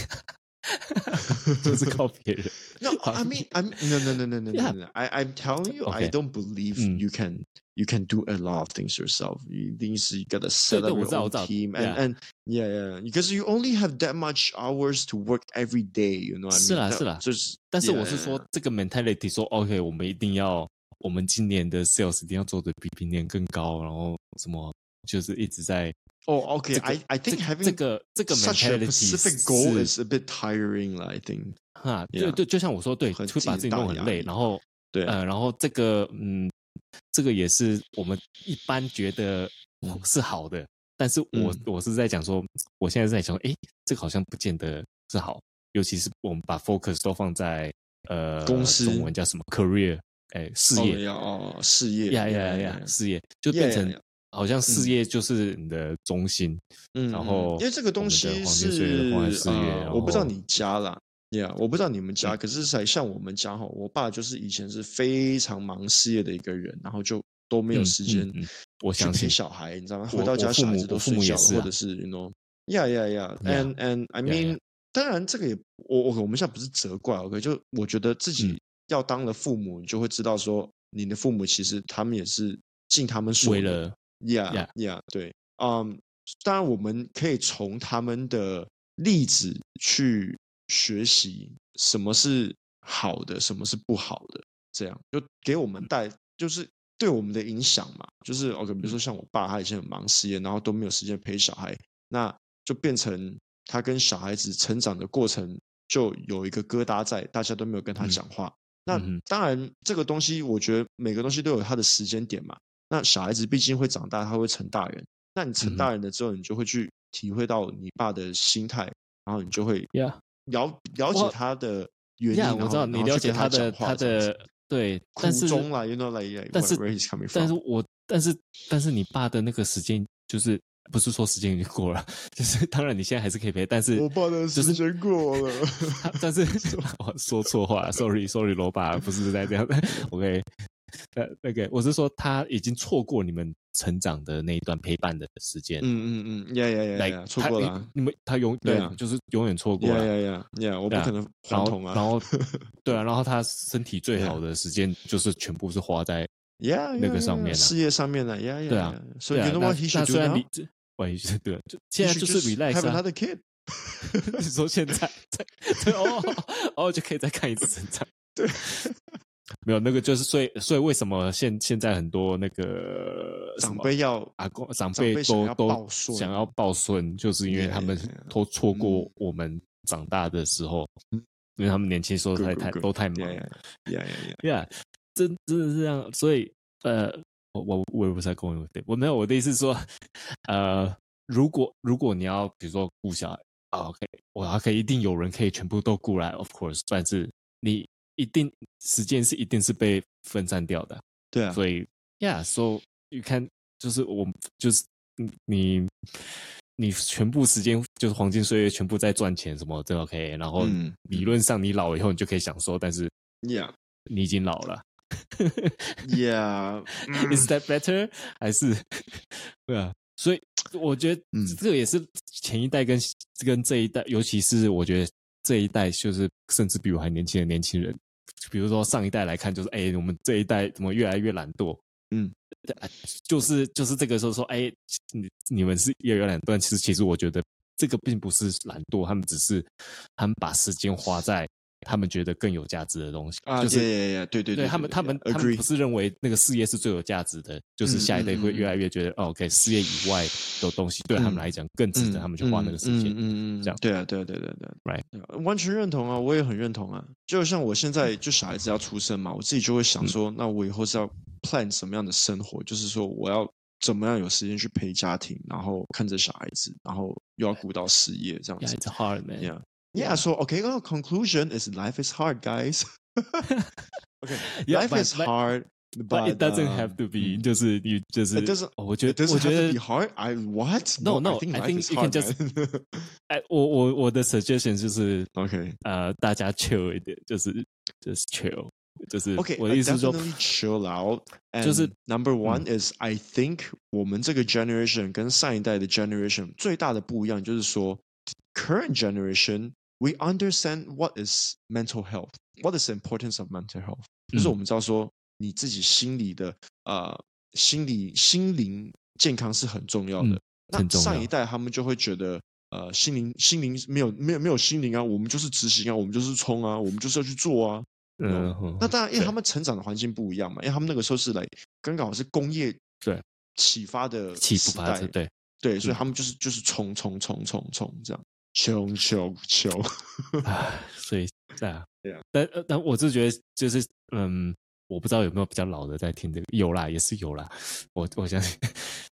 Speaker 2: 就是 [laughs] 靠别人。
Speaker 1: [laughs] No, I mean, I'm no, no, no, no, no,
Speaker 2: Yeah.
Speaker 1: no, no. I, I'm telling you, I
Speaker 2: Okay.
Speaker 1: don't believe
Speaker 2: Mm.
Speaker 1: you can you can do a lot of things yourself. You things you gotta set
Speaker 2: no,
Speaker 1: up your
Speaker 2: without-
Speaker 1: own
Speaker 2: without,
Speaker 1: team, and
Speaker 2: yeah.
Speaker 1: and yeah, yeah, because you only have that much hours to work every day. You know, what I mean,
Speaker 2: 是啦，
Speaker 1: That-
Speaker 2: 是啦。
Speaker 1: 就是，
Speaker 2: 但是
Speaker 1: yeah,
Speaker 2: 我是
Speaker 1: yeah,
Speaker 2: 说这个 mentality 说 OK，我们一定要，我们今年的 sales 一定要做的比平年更高，然后什么就是一直在
Speaker 1: yeah. oh, okay.
Speaker 2: 这个
Speaker 1: I I
Speaker 2: 这
Speaker 1: think
Speaker 2: 个
Speaker 1: having
Speaker 2: 这个这个
Speaker 1: such a
Speaker 2: mentality
Speaker 1: specific goal
Speaker 2: 是
Speaker 1: is a bit tiring. lah, I think
Speaker 2: 哈，
Speaker 1: Yeah.
Speaker 2: 对对，就像我说，对，
Speaker 1: 很
Speaker 2: 会把
Speaker 1: 自己
Speaker 2: 自己
Speaker 1: 大
Speaker 2: 弄很
Speaker 1: 压
Speaker 2: 累，
Speaker 1: 力
Speaker 2: 然后
Speaker 1: 对
Speaker 2: 呃，然后这个嗯，这个也是我们一般觉得
Speaker 1: 嗯
Speaker 2: 是好的，但是我
Speaker 1: 嗯
Speaker 2: 我是在讲说，我现在是在想说，诶，这个好像不见得是好，尤其是我们把 focus 都放在呃
Speaker 1: 公司
Speaker 2: 中文叫什么 career，哎，事
Speaker 1: 哦
Speaker 2: 业，
Speaker 1: 要哦 Oh, 事业
Speaker 2: 呀呀
Speaker 1: yeah,
Speaker 2: 呀
Speaker 1: yeah,，yeah. 嗯
Speaker 2: 事业就
Speaker 1: Yeah,
Speaker 2: 变
Speaker 1: yeah,
Speaker 2: 成
Speaker 1: yeah.
Speaker 2: 好像事业就是你的中心，
Speaker 1: 嗯，
Speaker 2: 然
Speaker 1: 嗯
Speaker 2: 后
Speaker 1: 因为这个东
Speaker 2: 我们
Speaker 1: 西
Speaker 2: 的黄金岁月
Speaker 1: 是
Speaker 2: 黄金岁月
Speaker 1: 呃
Speaker 2: 然
Speaker 1: 我不知道
Speaker 2: 后嗯
Speaker 1: 你家啦，Yeah，我不知道你们家，可是在像我们家哈，我爸就是以前是非常忙事业的一个人，然后就都没有
Speaker 2: 嗯
Speaker 1: 时
Speaker 2: 嗯
Speaker 1: 间
Speaker 2: 嗯我
Speaker 1: 去
Speaker 2: 相
Speaker 1: 陪
Speaker 2: 信
Speaker 1: 小孩，你知道吗？
Speaker 2: 我
Speaker 1: 回到
Speaker 2: 我
Speaker 1: 家
Speaker 2: 父
Speaker 1: 小孩
Speaker 2: 母
Speaker 1: 子都
Speaker 2: 我父
Speaker 1: 睡
Speaker 2: 母也
Speaker 1: 觉了，
Speaker 2: 是
Speaker 1: 或
Speaker 2: 啊
Speaker 1: 者是 you know，Yeah Yeah
Speaker 2: Yeah
Speaker 1: Yeah，and and I
Speaker 2: Yeah,
Speaker 1: mean，当然这个也我我我们现在不是责怪，OK，就我觉得自
Speaker 2: 嗯
Speaker 1: 己要当了父母，你就会知道说你的父母其实他们也是尽他们所
Speaker 2: 为
Speaker 1: 能。
Speaker 2: 了
Speaker 1: Yeah,
Speaker 2: Yeah.
Speaker 1: yeah，对，嗯，当然我们可以从他们的例子去学习什么是好的，什么是不好的，这样就给我
Speaker 2: 嗯
Speaker 1: 们带，就是对我们的影响嘛。就是 OK，比如说
Speaker 2: 嗯
Speaker 1: 像我爸，他以前很忙事业，然后都没有时间陪小孩，那就变成他跟小孩子成长的过程就有一个疙瘩在，大家都没有跟他
Speaker 2: 嗯
Speaker 1: 讲话。那
Speaker 2: 嗯哼
Speaker 1: 当然，这个东西我觉得每个东西都有它的时间点嘛。那小孩子毕竟会长大，他会成大人。那你
Speaker 2: 嗯
Speaker 1: 成
Speaker 2: 哼
Speaker 1: 大人了之后，你就会去体会到你爸的心态，然后你就会
Speaker 2: 呀。
Speaker 1: 了了解
Speaker 2: 我
Speaker 1: 他的原因。
Speaker 2: 呀，
Speaker 1: 然
Speaker 2: 我
Speaker 1: 后
Speaker 2: 知道
Speaker 1: 然
Speaker 2: 你
Speaker 1: 后
Speaker 2: 了
Speaker 1: 去
Speaker 2: 解
Speaker 1: 跟他
Speaker 2: 的
Speaker 1: 讲话
Speaker 2: 他
Speaker 1: 这样子
Speaker 2: 的对，
Speaker 1: 苦
Speaker 2: 但是
Speaker 1: 衷啦，you know like yeah,
Speaker 2: 但是
Speaker 1: where- [laughs] where he's coming
Speaker 2: 但是
Speaker 1: from
Speaker 2: 我但是但是你爸的那个时间就是不是说时间已经过了， [laughs] 就是当然你现在还是可以陪，但是
Speaker 1: 我爸的时
Speaker 2: 就是
Speaker 1: 间过了
Speaker 2: [laughs] 他但是我说错话了，sorry sorry，罗爸不是在这样，OK，那 [laughs] 那个我是说他已经错过你们成长的那一段陪伴的时间，
Speaker 1: 嗯嗯嗯，呀呀呀呀，错过了
Speaker 2: 他
Speaker 1: 啊，
Speaker 2: 你们他永
Speaker 1: 对
Speaker 2: 对
Speaker 1: 啊
Speaker 2: 就是永远错过
Speaker 1: 呀
Speaker 2: 了。
Speaker 1: 呀呀呀，我不
Speaker 2: 对啊
Speaker 1: 可能
Speaker 2: 然
Speaker 1: 还
Speaker 2: 后
Speaker 1: 童， [laughs] 啊，
Speaker 2: 然后，对啊，然后他身体最
Speaker 1: Yeah
Speaker 2: 好的时间就是全部是花在
Speaker 1: 呀
Speaker 2: 那个上面啊
Speaker 1: 事业上面呢，呀呀，
Speaker 2: 对啊
Speaker 1: yeah，，so
Speaker 2: 对
Speaker 1: you
Speaker 2: 啊，
Speaker 1: know
Speaker 2: 那
Speaker 1: what he
Speaker 2: 那
Speaker 1: should do
Speaker 2: 虽然
Speaker 1: now？
Speaker 2: 你这，喂，是对啊，就
Speaker 1: He
Speaker 2: 现在
Speaker 1: should
Speaker 2: 就是
Speaker 1: just have
Speaker 2: relax 啊。
Speaker 1: another kid。
Speaker 2: [laughs]
Speaker 1: [laughs]
Speaker 2: 你说现在，对哦哦，就可以再看一次成长。
Speaker 1: 对
Speaker 2: 没有那个就是所以所以为什么现现在很多那个什
Speaker 1: 长
Speaker 2: 么
Speaker 1: 辈要
Speaker 2: 阿公长
Speaker 1: 长
Speaker 2: 辈
Speaker 1: 辈想
Speaker 2: 都
Speaker 1: 要
Speaker 2: 都
Speaker 1: 抱孙嗯
Speaker 2: 想要抱孙，就是因为他们
Speaker 1: Yeah,
Speaker 2: 都错过我们长大的时候，因为他们年轻时候
Speaker 1: 嗯 Good,
Speaker 2: 太
Speaker 1: good,
Speaker 2: 太
Speaker 1: good.
Speaker 2: 都太忙了
Speaker 1: 呀。呀呀！
Speaker 2: [laughs] Yeah，真真的是这样，所以呃，我我我也不是在恭维我对，我没有我的意思是说，呃，如果如果你要比如说顾小孩啊，OK，我还可以一定有人可以全部都顾来，of course，但是你一定时间是一定是被分散掉的，
Speaker 1: 对啊，
Speaker 2: 所以 Yeah，so you can 就是我就是你你你全部时间就是黄金岁月全部在赚钱什么这 OK，然后
Speaker 1: 嗯
Speaker 2: 理论上你老以后你就可以享受，但是
Speaker 1: 呀
Speaker 2: 你已经老了。 [laughs]
Speaker 1: 呀，嗯
Speaker 2: Is that better？还是对啊？所以我觉得
Speaker 1: 嗯
Speaker 2: 这个也是前一代跟跟这一代，尤其是我觉得这一代就是甚至比我还年轻的年轻人，比如说上一代来看，就是哎、我们这一代怎么越来越懒惰？啊
Speaker 1: 嗯，
Speaker 2: 就是就是这个时候说，哎、你你们是越来越懒惰，但其实其实我觉得这个并不是懒惰，他们只是他们把时间花在他们觉得更有价值的东西，
Speaker 1: 啊，
Speaker 2: 就是
Speaker 1: 呀呀呀，对对
Speaker 2: 对他们，他们他们不
Speaker 1: ，agree，
Speaker 2: 是认为那个事业是最有价值的，就是
Speaker 1: 嗯
Speaker 2: 下一代
Speaker 1: 嗯
Speaker 2: 会
Speaker 1: 嗯
Speaker 2: 越来越觉得、哦，OK，事业以外的东西对他们
Speaker 1: 嗯
Speaker 2: 来讲更值得他们去花那个时间。
Speaker 1: 嗯嗯嗯，
Speaker 2: 这样
Speaker 1: 对啊，对啊，对对对
Speaker 2: Right
Speaker 1: 对啊完全认同啊，我也很认同啊。就像我现在就小孩子要出生嘛，我自己就会
Speaker 2: 嗯
Speaker 1: 想说，那我以后是要 plan 什么样的生活？就是说我要怎么样有时间去陪家庭，然后看着小孩子，然后又要顾到事业这样
Speaker 2: Yeah,
Speaker 1: 子。
Speaker 2: it's hard, man.
Speaker 1: Yeah. Yeah, so okay, well, conclusion is life is hard,
Speaker 2: [laughs]
Speaker 1: guys. okay,
Speaker 2: Yeah,
Speaker 1: life
Speaker 2: but-
Speaker 1: is
Speaker 2: but-
Speaker 1: hard, but,
Speaker 2: But it doesn't
Speaker 1: um,
Speaker 2: have to be，、
Speaker 1: mm,
Speaker 2: 就是你就是，
Speaker 1: It doesn't-
Speaker 2: 哦我觉
Speaker 1: It
Speaker 2: 得我
Speaker 1: doesn't
Speaker 2: 觉
Speaker 1: have to
Speaker 2: 得
Speaker 1: be hard. I what?
Speaker 2: No,
Speaker 1: I
Speaker 2: no,
Speaker 1: think
Speaker 2: I
Speaker 1: life
Speaker 2: think
Speaker 1: is
Speaker 2: you can
Speaker 1: hard.
Speaker 2: just-
Speaker 1: man. [laughs]
Speaker 2: 哎，我我我的 suggestion 就是
Speaker 1: okay,
Speaker 2: 呃，大家 chill 一点，就是就是 chill，就是、
Speaker 1: okay.
Speaker 2: 我
Speaker 1: uh,
Speaker 2: 的意思是说
Speaker 1: definitely chill out.
Speaker 2: 就是嗯
Speaker 1: And number one is I think 我们这个 generation 跟上一代的 generation 最大的不一样就是说，current generation we understand what is mental health, what is the importance of mental health. 就是我
Speaker 2: 嗯
Speaker 1: 们知道说你自己心理的呃心理心灵健康是很重要的。
Speaker 2: 嗯
Speaker 1: 那
Speaker 2: 很重
Speaker 1: 上
Speaker 2: 要
Speaker 1: 一代他们就会觉得呃心灵心灵没有没有没有心灵啊，我们就是执行啊，我们就是冲啊，我们就是要去做啊。
Speaker 2: 嗯，哼
Speaker 1: 那当然，因
Speaker 2: 对
Speaker 1: 为他们成长的环境不一样嘛，因为他们那个时候是来刚刚好是工业
Speaker 2: 对
Speaker 1: 启发的
Speaker 2: 起不
Speaker 1: 时
Speaker 2: 发
Speaker 1: 代
Speaker 2: 是对。
Speaker 1: 对，所以
Speaker 2: 嗯
Speaker 1: 他们就是就是冲冲冲冲冲这样，穷穷穷，
Speaker 2: 唉，所以对啊，
Speaker 1: 对啊
Speaker 2: 但呃但我是觉得就是嗯，我不知道有没有比较老的在听这个，有啦，也是有啦。我我相信，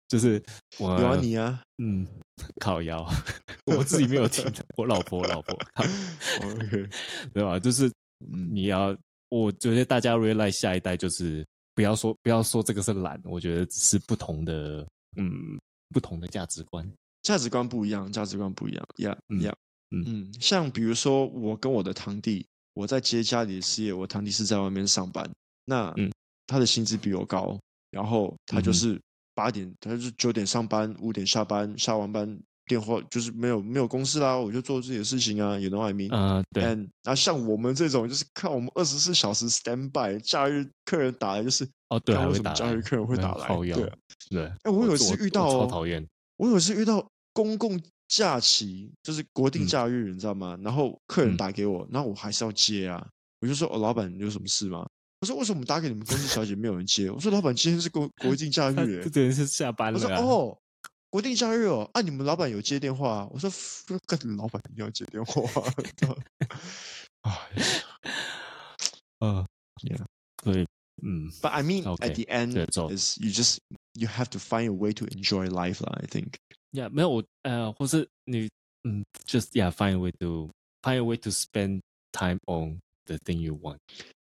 Speaker 2: 就是我
Speaker 1: 有啊你啊，
Speaker 2: 嗯，靠腰， [laughs] 我自己没有听，我老婆我老婆，靠
Speaker 1: [laughs] OK，
Speaker 2: [laughs] 对吧？就是
Speaker 1: 嗯
Speaker 2: 你要，我觉得大家 realize 下一代就是不要说不要说这个是懒，我觉得只是不同的嗯不同的价值观。
Speaker 1: 价值观不一样，价值观不一样，Yeah
Speaker 2: 嗯
Speaker 1: Yeah，
Speaker 2: 嗯
Speaker 1: 嗯，像比如说我跟我的堂弟，我在接家里的事业，我堂弟是在外面上班，那
Speaker 2: 嗯
Speaker 1: 他的薪资比我高，然后他就
Speaker 2: 嗯哼
Speaker 1: 是八点，他就是九点上班，五点下班，下完班电话就是没有没有公司啦，我就做自己的事情啊，you know what I mean？
Speaker 2: 啊，对，
Speaker 1: 嗯，那像我们这种，就是看我们二十四小时 stand by，假日客人打来就是，
Speaker 2: 哦对，
Speaker 1: 看
Speaker 2: 还
Speaker 1: 为
Speaker 2: 会
Speaker 1: 什么
Speaker 2: 打
Speaker 1: 假
Speaker 2: 来
Speaker 1: 日，客人会打来，
Speaker 2: 靠腰
Speaker 1: 对啊，，
Speaker 2: 对。
Speaker 1: 哎我有一次
Speaker 2: 我
Speaker 1: 遇到
Speaker 2: 我
Speaker 1: 哦
Speaker 2: 超讨厌，
Speaker 1: 我有一次遇到公共假期，就是国定
Speaker 2: 嗯
Speaker 1: 假日，你知道吗？然后客人
Speaker 2: 嗯
Speaker 1: 打给我，然后我还是要接啊。我就说：“哦，老板，你有什么事吗？”我说：“为什么打给你们公司小姐没有人接？”我说：“老板，今天是国国定假日、
Speaker 2: [laughs] 他
Speaker 1: 欸
Speaker 2: 这。个人是下”班
Speaker 1: 我
Speaker 2: 了、
Speaker 1: 说：“
Speaker 2: 啊。
Speaker 1: 哦，国定假日哦，啊，你们老板有接电话、啊？”我说：“ [laughs] 跟老板一定要接电话啊。你知道吗”哎
Speaker 2: 嗯
Speaker 1: Yeah.
Speaker 2: 对，嗯，
Speaker 1: But I mean,
Speaker 2: Okay,
Speaker 1: at the end,
Speaker 2: 对走
Speaker 1: is you just you have to find a way to enjoy life, lah, I think.
Speaker 2: 呀，没有我，呃，或是你，嗯，just yeah，find a way to find a way to spend time on the thing you want。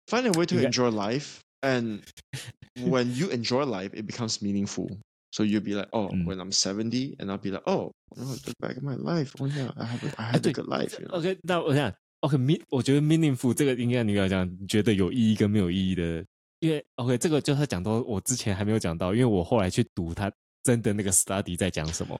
Speaker 1: Find a way to
Speaker 2: You got-
Speaker 1: enjoy life, and
Speaker 2: [laughs]
Speaker 1: when you enjoy life, it becomes meaningful. So you'll be like, oh,
Speaker 2: Mm.
Speaker 1: when I'm 70, and I'll be like, oh, no, look back at my life. Oh yeah, I have a, I had a
Speaker 2: 对
Speaker 1: good life. You know?
Speaker 2: OK，那我想，OK，mean，、我觉得 meaningful 这个应该你要讲，你觉得有意义跟没有意义的，因为 OK，这个就是他讲到我之前还没有讲到，因为我后来去读他真的那个 study 在讲什么。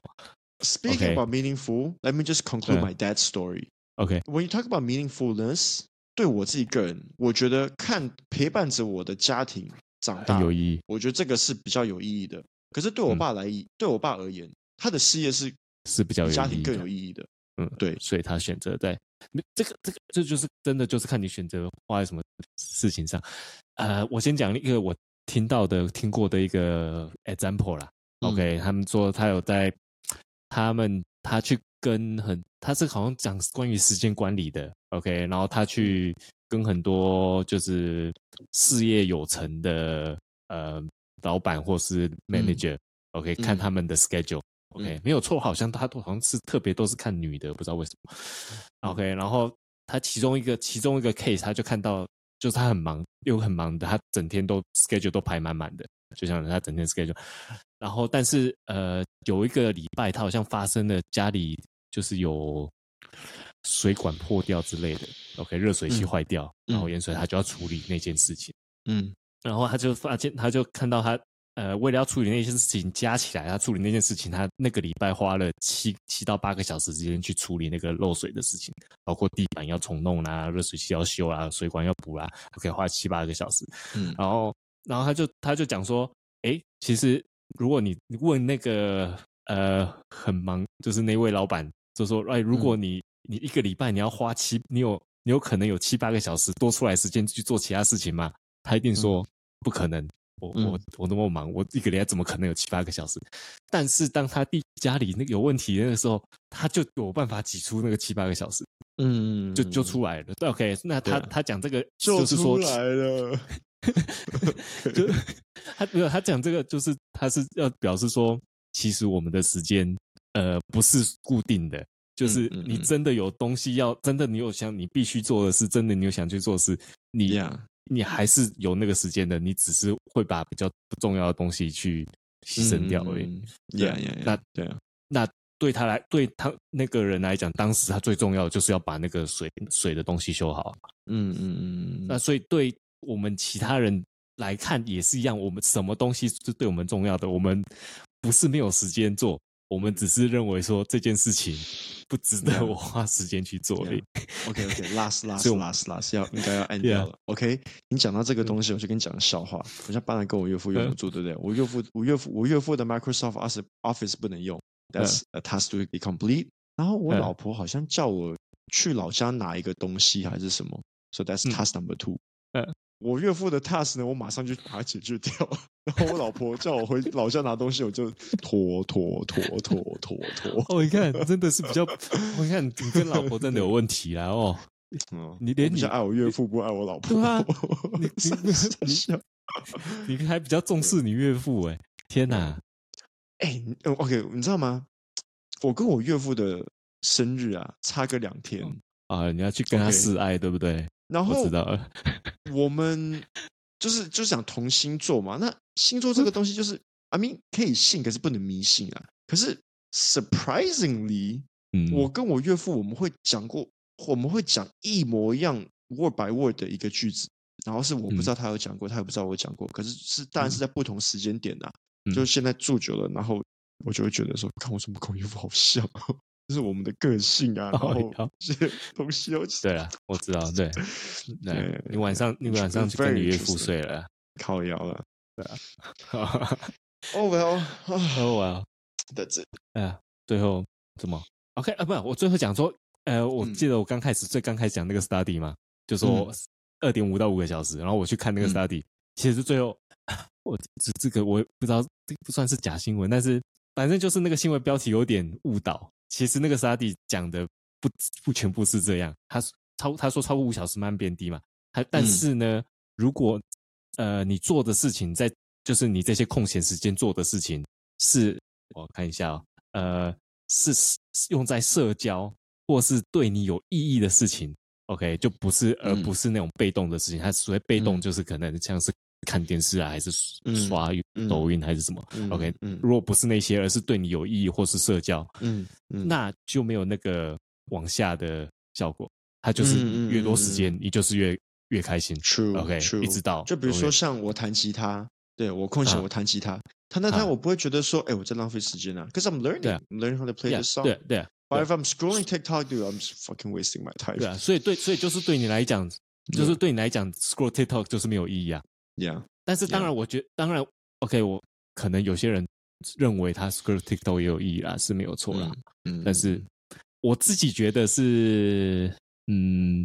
Speaker 1: Speaking
Speaker 2: Okay.
Speaker 1: about meaningful, let me just conclude
Speaker 2: Yeah.
Speaker 1: my dad's story.
Speaker 2: OK，
Speaker 1: When you talk about meaningfulness，对我自己个人，我觉得看陪伴着我的家庭长
Speaker 2: 很
Speaker 1: 大，
Speaker 2: 有意义。
Speaker 1: 我觉得这个是比较有意义的。可是对我
Speaker 2: 嗯
Speaker 1: 爸来，对我爸而言，他的事业是
Speaker 2: 是比较有
Speaker 1: 家
Speaker 2: 意
Speaker 1: 庭
Speaker 2: 义
Speaker 1: 更
Speaker 2: 的
Speaker 1: 有意义的。
Speaker 2: 嗯，
Speaker 1: 对
Speaker 2: 所以他选择在没这个这个这就是真的就是看你选择花在什么事情上。呃，我先讲一个我听到的、听过的一个 example 啦。
Speaker 1: 嗯
Speaker 2: OK，他们说他有在他们他去跟很他是好像讲关于时间管理的 OK，然后他去跟很多就是事业有成的呃老板或是 manager、OK 看
Speaker 1: 嗯
Speaker 2: 他们的 schedule。OK，、
Speaker 1: 嗯
Speaker 2: 没有错，好像他都好像是特别都是看女的，不知道为什么。OK，然后他其中一个其中一个 case，他就看到就是他很忙又很忙的，他整天都 schedule 都排满满的，就像他整天 schedule。然后但是呃有一个礼拜，他好像发生了家里就是有水管破掉之类的，OK，热水器
Speaker 1: 嗯
Speaker 2: 坏掉，然后
Speaker 1: 嗯
Speaker 2: 盐水他就要处理那件事情。
Speaker 1: 嗯
Speaker 2: 然后他就发现，他就看到他呃，为了要处理那件事情，加起来他处理那件事情，他那个礼拜花了七七到八个小时时间去处理那个漏水的事情，包括地板要重弄啦、热水器要修啦、水管要补啦，他可以花七八个小时。
Speaker 1: 嗯
Speaker 2: 然后，然后他就他就讲说，诶，其实如果你问那个呃很忙，就是那位老板，就说，哎，如
Speaker 1: 嗯
Speaker 2: 果你、你一个礼拜你要花七，你有你有可能有七八个小时多出来时间去做其他事情吗？他一定说、不可能。我我
Speaker 1: 嗯
Speaker 2: 我那么忙，我一个礼拜怎么可能有七八个小时？但是当他弟家里那个有问题的那个时候，他就有办法挤出那个七八个小时，
Speaker 1: 嗯，
Speaker 2: 就就出来了。对 OK，那
Speaker 1: 对
Speaker 2: 他、
Speaker 1: 啊
Speaker 2: 他讲这个
Speaker 1: 就是出
Speaker 2: 说
Speaker 1: 来了。
Speaker 2: 就他没有他讲这个，就是他是要表示说，其实我们的时间呃不是固定的，就是
Speaker 1: 嗯嗯
Speaker 2: 你
Speaker 1: 嗯
Speaker 2: 真的有东西要，真的你有想你必须做的事，真的你有想去做的事，你
Speaker 1: Yeah
Speaker 2: 你还是有那个时间的，你只是会把比较不重要的东西去牺牲掉而已。
Speaker 1: 嗯
Speaker 2: 对
Speaker 1: Yeah, yeah, yeah,
Speaker 2: 那
Speaker 1: 对啊，
Speaker 2: 那对他来，对他那个人来讲，当时他最重要的就是要把那个水水的东西修好。
Speaker 1: 嗯嗯嗯
Speaker 2: 那
Speaker 1: 嗯，
Speaker 2: 所以对我们其他人来看也是一样，我们什么东西是对我们重要的？我们不是没有时间做，我们只是认为说这件事情不值得
Speaker 1: Yeah.
Speaker 2: 我花时间去做而已。
Speaker 1: OK OK，拉丝拉
Speaker 2: 所以
Speaker 1: 丝
Speaker 2: 我们
Speaker 1: 拉丝拉丝要应该要按掉
Speaker 2: Yeah
Speaker 1: 了。OK，你讲到这个东西，我就跟你讲个笑话。我像搬来跟我岳父岳母
Speaker 2: 嗯
Speaker 1: 住，对不对？我岳父我岳父我岳父的 Microsoft Office Office 不能用，That's a task to be complete。然后我
Speaker 2: 嗯
Speaker 1: 老婆好像叫我去老家拿一个东西还是什么，So that's
Speaker 2: 嗯
Speaker 1: task number two。
Speaker 2: 嗯
Speaker 1: 我岳父的 task 呢，我马上就把它解决掉。然后我老婆叫我回老家拿东西，我就拖拖拖拖拖拖。
Speaker 2: [laughs] 哦，你看，真的是比较，哦你看你跟老婆真的有问题啦哦，
Speaker 1: 嗯，
Speaker 2: 你连
Speaker 1: 我比
Speaker 2: 你
Speaker 1: 较爱我岳父，不爱我老婆。[laughs]
Speaker 2: 对啊你你
Speaker 1: 傻傻
Speaker 2: 你
Speaker 1: 笑
Speaker 2: 你还比较重视你岳父哎、天哪，
Speaker 1: 哎、你呃 o k 你知道吗？我跟我岳父的生日啊，差个两天，
Speaker 2: 啊，你要去跟他
Speaker 1: OK
Speaker 2: 示爱对不对？
Speaker 1: 然
Speaker 2: 我
Speaker 1: 后
Speaker 2: 知道了，
Speaker 1: 我们就是就想同星座嘛。那星座这个东西就是，I mean 可以信，可是不能迷信啊。可是 surprisingly，、
Speaker 2: 嗯，
Speaker 1: 我跟我岳父我们会讲过，我们会讲一模一样 word by word 的一个句子，然后是我不
Speaker 2: 嗯
Speaker 1: 知道他有讲过，他也不知道我讲过，可是是当然是在不同时间点呐、啊
Speaker 2: 嗯
Speaker 1: 就是现在住久了，然后我就会觉得说，看我怎么跟我岳父好像哦，这是我们的个性啊，然
Speaker 2: 哦
Speaker 1: 后
Speaker 2: 好
Speaker 1: 这些东西都
Speaker 2: 对了，我知道，对，对
Speaker 1: 对，
Speaker 2: 你晚上你晚上去
Speaker 1: Very
Speaker 2: 跟你岳父
Speaker 1: interesting
Speaker 2: 睡了。
Speaker 1: 靠腰了。
Speaker 2: 哈。
Speaker 1: Oh well，啊
Speaker 2: [laughs] 哦啊，
Speaker 1: ，that's it。
Speaker 2: 哎，最后怎么？OK 啊，不，我最后讲说，呃，我
Speaker 1: 嗯
Speaker 2: 记得我刚开始、最刚开始讲那个 study 嘛，就说二点五到五个小时，然后我去看那个
Speaker 1: 嗯
Speaker 2: study，、其实最后 [clears throat] 我这这个我也不知道这不算是假新闻，但是反正就是那个新闻标题有点误导，其实那个 study 讲的不不全部是这样，他超他说超过五小时慢慢变低嘛，还但
Speaker 1: 嗯
Speaker 2: 是呢，如果呃你做的事情在就是你这些空闲时间做的事情是，我看一下哦，呃，是是用在社交或是对你有意义的事情，OK，就不是而
Speaker 1: 嗯
Speaker 2: 不是那种被动的事情，它所谓被动
Speaker 1: 嗯
Speaker 2: 就是可能像是看电视啊，还是
Speaker 1: 嗯
Speaker 2: 刷
Speaker 1: 嗯
Speaker 2: 抖音还是什么
Speaker 1: 嗯
Speaker 2: ，OK，
Speaker 1: 嗯
Speaker 2: 如果不是那些，而是对你有意义或是社交，
Speaker 1: 嗯嗯
Speaker 2: 那就没有那个往下的效果。它就是
Speaker 1: 嗯嗯
Speaker 2: 越多
Speaker 1: 嗯
Speaker 2: 时
Speaker 1: 嗯
Speaker 2: 间，你就是越越开心。
Speaker 1: True
Speaker 2: OK，
Speaker 1: True，
Speaker 2: 一直到
Speaker 1: 就比如
Speaker 2: 永
Speaker 1: 说
Speaker 2: 远
Speaker 1: 像我弹吉他，对我空闲
Speaker 2: 啊
Speaker 1: 我弹吉他，弹弹
Speaker 2: 啊
Speaker 1: 弹我不会觉得说，哎，我在浪费时间啊，cause I'm
Speaker 2: 对啊
Speaker 1: learning, I'm learning how to play
Speaker 2: 对啊
Speaker 1: this song.
Speaker 2: 对啊对啊
Speaker 1: But if I'm scrolling TikTok, dude, I'm just fucking wasting my
Speaker 2: 对
Speaker 1: time.
Speaker 2: 啊，所以对，所以就是对你来讲，就是对你来讲，scroll TikTok 就是没有意义啊。
Speaker 1: Yeah，
Speaker 2: 但是当
Speaker 1: Yeah
Speaker 2: 然，我觉当然，OK，我可能有些人认为他 scroll TikTok 也有意义啦，是没有错啦。
Speaker 1: 嗯
Speaker 2: 但是我自己觉得是嗯，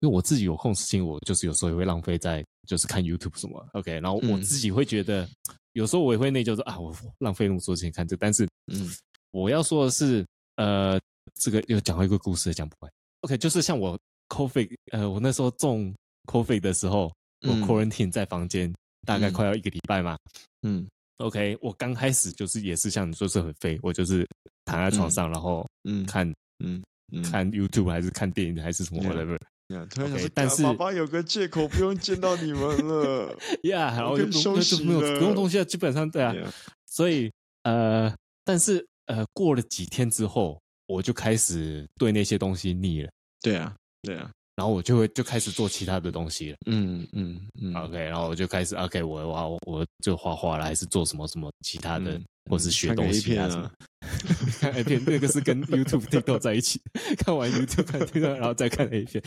Speaker 2: 因为我自己有空时间，我就是有时候也会浪费在就是看 YouTube 什么，OK，然后我
Speaker 1: 嗯
Speaker 2: 自己会觉得，有时候我也会内疚说啊，我浪费那么多时间看这个，但是
Speaker 1: 嗯
Speaker 2: 我要说的是，呃，这个又讲到一个故事，讲不完。OK，就是像我 COVID，呃，我那时候中 COVID 的时候，我
Speaker 1: 嗯
Speaker 2: quarantine 在房间、大概
Speaker 1: 嗯
Speaker 2: 快要一个礼拜嘛。
Speaker 1: 嗯
Speaker 2: OK，我刚开始就是也是像你说是很废，我就是躺在床上，然后
Speaker 1: 嗯
Speaker 2: 看
Speaker 1: 嗯嗯，
Speaker 2: 看 YouTube 还是看电影还是什么
Speaker 1: Yeah
Speaker 2: whatever，
Speaker 1: 呀，突然想
Speaker 2: OK，
Speaker 1: 说，
Speaker 2: 但
Speaker 1: 干
Speaker 2: 是
Speaker 1: 爸爸有个借口不用见到你们了。
Speaker 2: 呀，然后
Speaker 1: 我
Speaker 2: 又
Speaker 1: 可以
Speaker 2: 不
Speaker 1: 休息
Speaker 2: 就没有
Speaker 1: 了
Speaker 2: 不用东西了，基本上对啊。
Speaker 1: Yeah，
Speaker 2: 所以呃，但是呃，过了几天之后，我就开始对那些东西腻了。
Speaker 1: 对啊，对啊，
Speaker 2: 然后我就会就开始做其他的东西了。
Speaker 1: 嗯嗯嗯
Speaker 2: OK，然后我就开始 OK，我我我我就画画了，还是做什么什么其他的，
Speaker 1: 嗯
Speaker 2: 或是
Speaker 1: 嗯
Speaker 2: 学
Speaker 1: 看个
Speaker 2: 东
Speaker 1: A
Speaker 2: 西啊
Speaker 1: 片
Speaker 2: 什么 [laughs]
Speaker 1: 啊。
Speaker 2: 看 A 片那个是跟 YouTube、TikTok 在一起，看完 YouTube 看 TikTok，然后再看 A 片。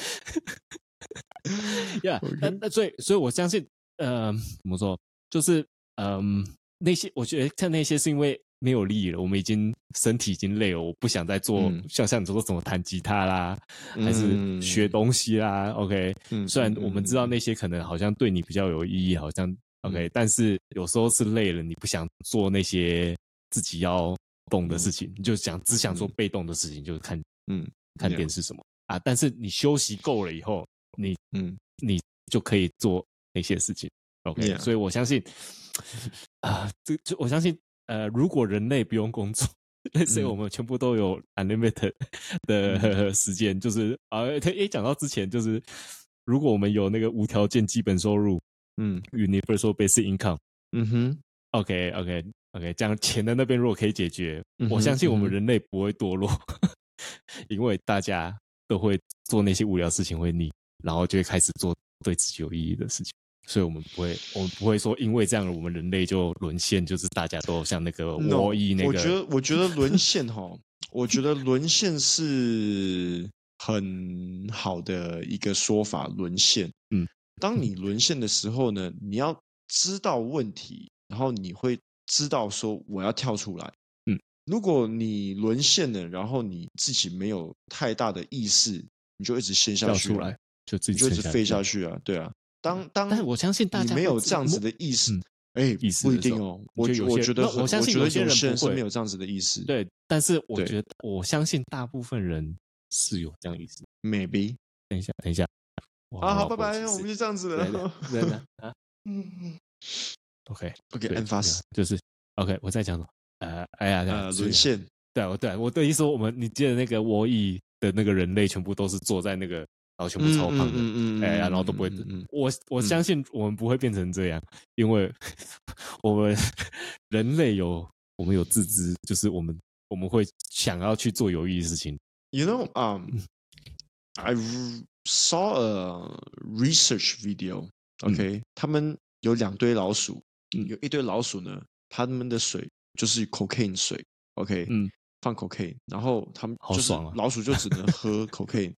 Speaker 2: 呀、yeah,
Speaker 1: OK
Speaker 2: 那那所以所以我相信，呃，怎么说，就是嗯、那些我觉得看那些是因为没有力了，我们已经身体已经累了，我不想再做、
Speaker 1: 嗯
Speaker 2: 像像你说什么弹吉他啦，还是学东西啦。OK，
Speaker 1: 嗯嗯
Speaker 2: 虽然我们知道那些可能好像对你比较有意义，好像 OK，、但是有时候是累了，你不想做那些自己要动的事情，你就想只想做
Speaker 1: 嗯
Speaker 2: 被动的事情，就是看
Speaker 1: 嗯
Speaker 2: 看
Speaker 1: Yeah
Speaker 2: 电视什么啊。但是你休息够了以后，你
Speaker 1: 嗯
Speaker 2: 你就可以做那些事情。OK，、
Speaker 1: Yeah
Speaker 2: 所以我相信 [laughs] 啊，这这我相信呃，如果人类不用工作。 [laughs] 那所以
Speaker 1: 嗯
Speaker 2: 我们全部都有 unlimited 的、 [laughs] 时间，就是啊，他也讲到之前，就是如果我们有那个无条件基本收入
Speaker 1: 嗯
Speaker 2: （universal basic income），
Speaker 1: 嗯哼，
Speaker 2: OK OK OK，这样钱的那边如果可以解决，
Speaker 1: 嗯
Speaker 2: 我
Speaker 1: 哼
Speaker 2: 相信我们
Speaker 1: 嗯哼
Speaker 2: 人类不会堕落， [laughs] 因为大家都会做那些无聊事情会腻，然后就会开始做对自己有意义的事情。所以我们不会，我们不会说因为这样我们人类就沦陷，就是大家都像那个
Speaker 1: No，
Speaker 2: 窝一那个。
Speaker 1: 我觉得我觉得沦陷哈，我觉得沦陷是很好的一个说法，沦陷。
Speaker 2: 嗯，
Speaker 1: 当你沦陷的时候呢，你要知道问题，然后你会知道说我要跳出来。
Speaker 2: 嗯，
Speaker 1: 如果你沦陷了，然后你自己没有太大的意识，你就一直陷下
Speaker 2: 跳
Speaker 1: 去
Speaker 2: 出
Speaker 1: 啊
Speaker 2: 来，就自
Speaker 1: 你
Speaker 2: 己
Speaker 1: 就一
Speaker 2: 沉
Speaker 1: 直飞
Speaker 2: 去
Speaker 1: 下去啊，对啊。当当，
Speaker 2: 但我相信大
Speaker 1: 你
Speaker 2: 家
Speaker 1: 没
Speaker 2: 会
Speaker 1: 有
Speaker 2: 自
Speaker 1: 这样子
Speaker 2: 摸
Speaker 1: 的意识
Speaker 2: 嗯，
Speaker 1: 哎，
Speaker 2: 意识
Speaker 1: 不一
Speaker 2: 的时
Speaker 1: 定
Speaker 2: 候
Speaker 1: 哦。我
Speaker 2: 就
Speaker 1: 觉
Speaker 2: 有
Speaker 1: 我
Speaker 2: 些
Speaker 1: 觉得
Speaker 2: 那
Speaker 1: 很
Speaker 2: 我相信
Speaker 1: 觉得
Speaker 2: 有些人
Speaker 1: 些人
Speaker 2: 不
Speaker 1: 是
Speaker 2: 会
Speaker 1: 没有这样子的意识，
Speaker 2: 对，但是我
Speaker 1: 对
Speaker 2: 觉得，我相信大部分人是有这样意思。
Speaker 1: ，maybe
Speaker 2: 等一下，等一下，我
Speaker 1: 啊，好，
Speaker 2: 哦我
Speaker 1: 拜拜，
Speaker 2: 其实
Speaker 1: 我们就这样子
Speaker 2: 对的
Speaker 1: 了。
Speaker 2: 对的啊
Speaker 1: 嗯
Speaker 2: ，OK，
Speaker 1: ，OK，
Speaker 2: 对
Speaker 1: 案发死，
Speaker 2: 就是 OK，我在讲什么？呃，哎呀，
Speaker 1: 呃，
Speaker 2: 所以
Speaker 1: 沦陷，
Speaker 2: 对啊我对我的意思说，我们你记得那个窝蚁的那个人类，全部都是坐在那个，然后全部超胖的，
Speaker 1: 嗯
Speaker 2: 哎呀，然后都不会
Speaker 1: 嗯嗯嗯嗯，
Speaker 2: 我
Speaker 1: 嗯
Speaker 2: 我相信我们不会变成这样，因为 [laughs] 我们人类有我们有自知，就是我们我们会想要去做有意义的事情。
Speaker 1: You know,
Speaker 2: Mm.
Speaker 1: um, I r- saw a research video.
Speaker 2: 嗯
Speaker 1: OK，、他们有两堆老鼠，
Speaker 2: 嗯
Speaker 1: 有一堆老鼠呢，他们的水就是 cocaine 水。OK，
Speaker 2: 嗯，
Speaker 1: 放 cocaine，然后他们
Speaker 2: 好
Speaker 1: 就是
Speaker 2: 爽啊嗯
Speaker 1: 老鼠就只能喝
Speaker 2: [laughs]
Speaker 1: cocaine，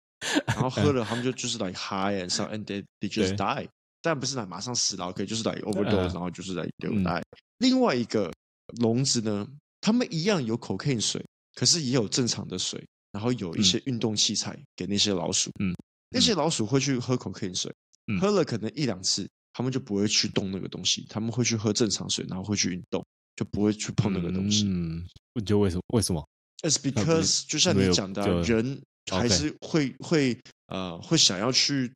Speaker 1: 然后喝了他们就就是 like high and so and they they just
Speaker 2: 对
Speaker 1: die，但不是来马上死了，OK，就是来 overdose，、
Speaker 2: 嗯
Speaker 1: 然后就是来 they
Speaker 2: 嗯
Speaker 1: die。另外一个笼子呢，他们一样有 cocaine 水，可是也有正常的水，然后有一
Speaker 2: 嗯
Speaker 1: 些运动器材给那些老鼠。
Speaker 2: 嗯，
Speaker 1: 那些老鼠会去喝 cocaine 水，
Speaker 2: 嗯
Speaker 1: 喝了可能一两次，他们就不会去动那个东西，他们会去喝正常水，然后会去运动，就不会去碰那个东西。
Speaker 2: 嗯，你觉得为什么？为什么？
Speaker 1: It's
Speaker 2: 不
Speaker 1: because 就像
Speaker 2: 没
Speaker 1: 你
Speaker 2: 有
Speaker 1: 讲的啊、
Speaker 2: 就哦
Speaker 1: 人还
Speaker 2: OK
Speaker 1: 是会会呃会想要去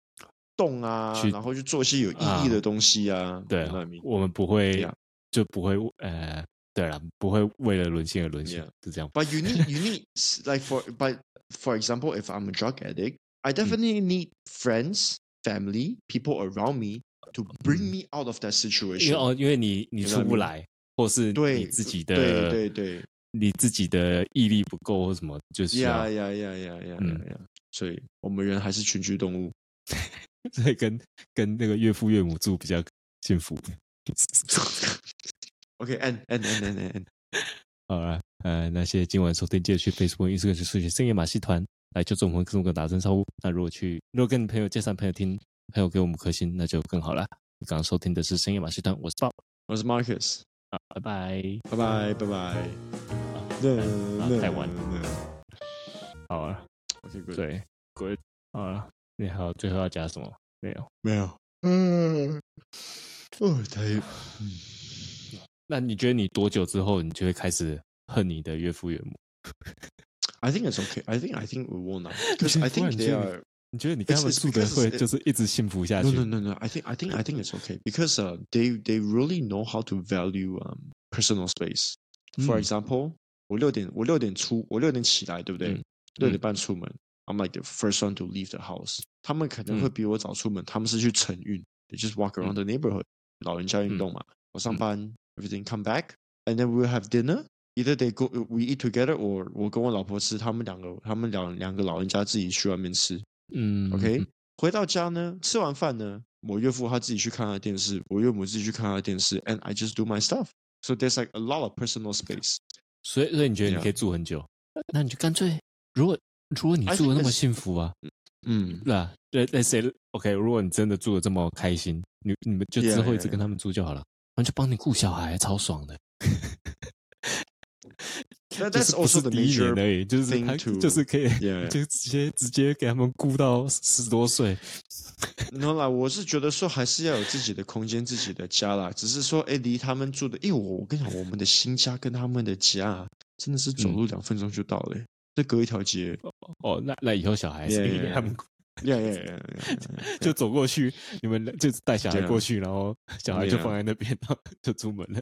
Speaker 1: 动啊，
Speaker 2: 去
Speaker 1: 然后去做一些有意
Speaker 2: 啊
Speaker 1: 义的东西啊。
Speaker 2: 对
Speaker 1: you know what I mean?，
Speaker 2: 我们不会
Speaker 1: Yeah
Speaker 2: 就不会呃，对了，不会为了沦陷而沦陷
Speaker 1: Yeah，
Speaker 2: 是这样。
Speaker 1: But you need you
Speaker 2: [laughs]
Speaker 1: need s- like for but for example, if I'm a drug addict, I
Speaker 2: Hmm.
Speaker 1: definitely need friends, family, people around me to
Speaker 2: Hmm.
Speaker 1: bring me out of that
Speaker 2: 因为
Speaker 1: situation.
Speaker 2: 哦，因为你你
Speaker 1: You know
Speaker 2: 出
Speaker 1: what I
Speaker 2: 不
Speaker 1: mean？
Speaker 2: 来，或是你
Speaker 1: 对
Speaker 2: 自己的
Speaker 1: 对对对
Speaker 2: 你自己的毅力不够或什么，就是
Speaker 1: 呀
Speaker 2: [laughs] 要
Speaker 1: 呀呀呀呀呀
Speaker 2: 嗯
Speaker 1: 呀！所以我们人还是群居动物。 [laughs]
Speaker 2: 所以跟跟那个岳父岳母住比较幸福。
Speaker 1: OK, and and and and and- and
Speaker 2: 好了，呃，那谢谢今晚收听，记得去 Facebook、Instagram 去搜寻“深夜马戏团”来救助我们跟我们打声招呼。那如果去，如果跟你朋友介绍朋友听，朋友给我们五颗星，那就更好了。你刚刚收听的是深夜马戏团，我是 Bob，
Speaker 1: 我是 Marcus。
Speaker 2: 啊，拜拜。
Speaker 1: 拜拜拜拜。
Speaker 2: 啊太晚
Speaker 1: 了。
Speaker 2: 好啊，
Speaker 1: OK，good。
Speaker 2: 啊对，各位好了，你还有最后要加什么？没有。
Speaker 1: 没有，嗯，哦，太，嗯
Speaker 2: 那你觉得你多久之后你就会开始恨你的岳父岳母？
Speaker 1: I think it's okay. I think I think we will not because
Speaker 2: 你
Speaker 1: I
Speaker 2: 忽
Speaker 1: think
Speaker 2: 然
Speaker 1: they
Speaker 2: 觉得
Speaker 1: are.
Speaker 2: 你觉得你跟他们
Speaker 1: [laughs] It's- it's
Speaker 2: 住的
Speaker 1: because
Speaker 2: 会
Speaker 1: it's-
Speaker 2: 就是一直幸福下去
Speaker 1: No,？no, no, no. I think, I think, I think it's okay because uh, they they really know how to value um personal space. For
Speaker 2: 嗯
Speaker 1: example, 我六点我六点出我六点起来，对不对
Speaker 2: 嗯？
Speaker 1: 六点
Speaker 2: 嗯
Speaker 1: 半出门，I'm like the first one to leave the house. 他们可能
Speaker 2: 嗯
Speaker 1: 会比我早出门，他们是去晨运，they just walk around the neighborhood. 老人家运
Speaker 2: 嗯
Speaker 1: 动嘛，我上
Speaker 2: 嗯
Speaker 1: 班，everything come back, and then we'll have dinner. Either they go we eat together, or 我跟我老婆吃，他们两个他们两两个老人家自己去外面吃。
Speaker 2: 嗯
Speaker 1: OK，回到家呢，吃完饭呢，我岳父他自己去看他的电视，我岳母自己去看他的电视，and I just do my stuff. So there's like a lot of personal space.
Speaker 2: 所以所以你觉得你
Speaker 1: Yeah
Speaker 2: 可以住很久？那你就干脆，如果如果你
Speaker 1: I
Speaker 2: 住的
Speaker 1: think
Speaker 2: 那么
Speaker 1: it's-
Speaker 2: 幸福啊，
Speaker 1: 嗯，
Speaker 2: 那 let let's say OK，如果你真的住的这么开心，你你们就之
Speaker 1: Yeah,
Speaker 2: 后一
Speaker 1: yeah,
Speaker 2: 直跟他们住就好了，他们就帮你顾小孩，超爽的。
Speaker 1: That-
Speaker 2: 就
Speaker 1: that's
Speaker 2: 是不是
Speaker 1: also the
Speaker 2: 第一
Speaker 1: major [laughs]
Speaker 2: 年而已，就是他
Speaker 1: thing to
Speaker 2: 就是可以 [laughs]
Speaker 1: yeah, yeah.
Speaker 2: 就直接直接给他们顾到十多岁。
Speaker 1: no 啦，我是觉得说还是要有自己的空间、自己的家啦。只是说，哎，离他们住的，因为我我跟你讲，我们的新家跟他们的家啊真的是走
Speaker 2: 嗯
Speaker 1: 路两分钟就到了、欸，这、隔一条街。
Speaker 2: 哦，那那以后小孩是
Speaker 1: Yeah,
Speaker 2: 给他们
Speaker 1: Yeah, yeah, yeah, yeah, yeah.
Speaker 2: 就走过去，你们就是带小孩
Speaker 1: 对啊
Speaker 2: 过去，然后小孩就
Speaker 1: 对啊
Speaker 2: 放在那边，然后就出门了。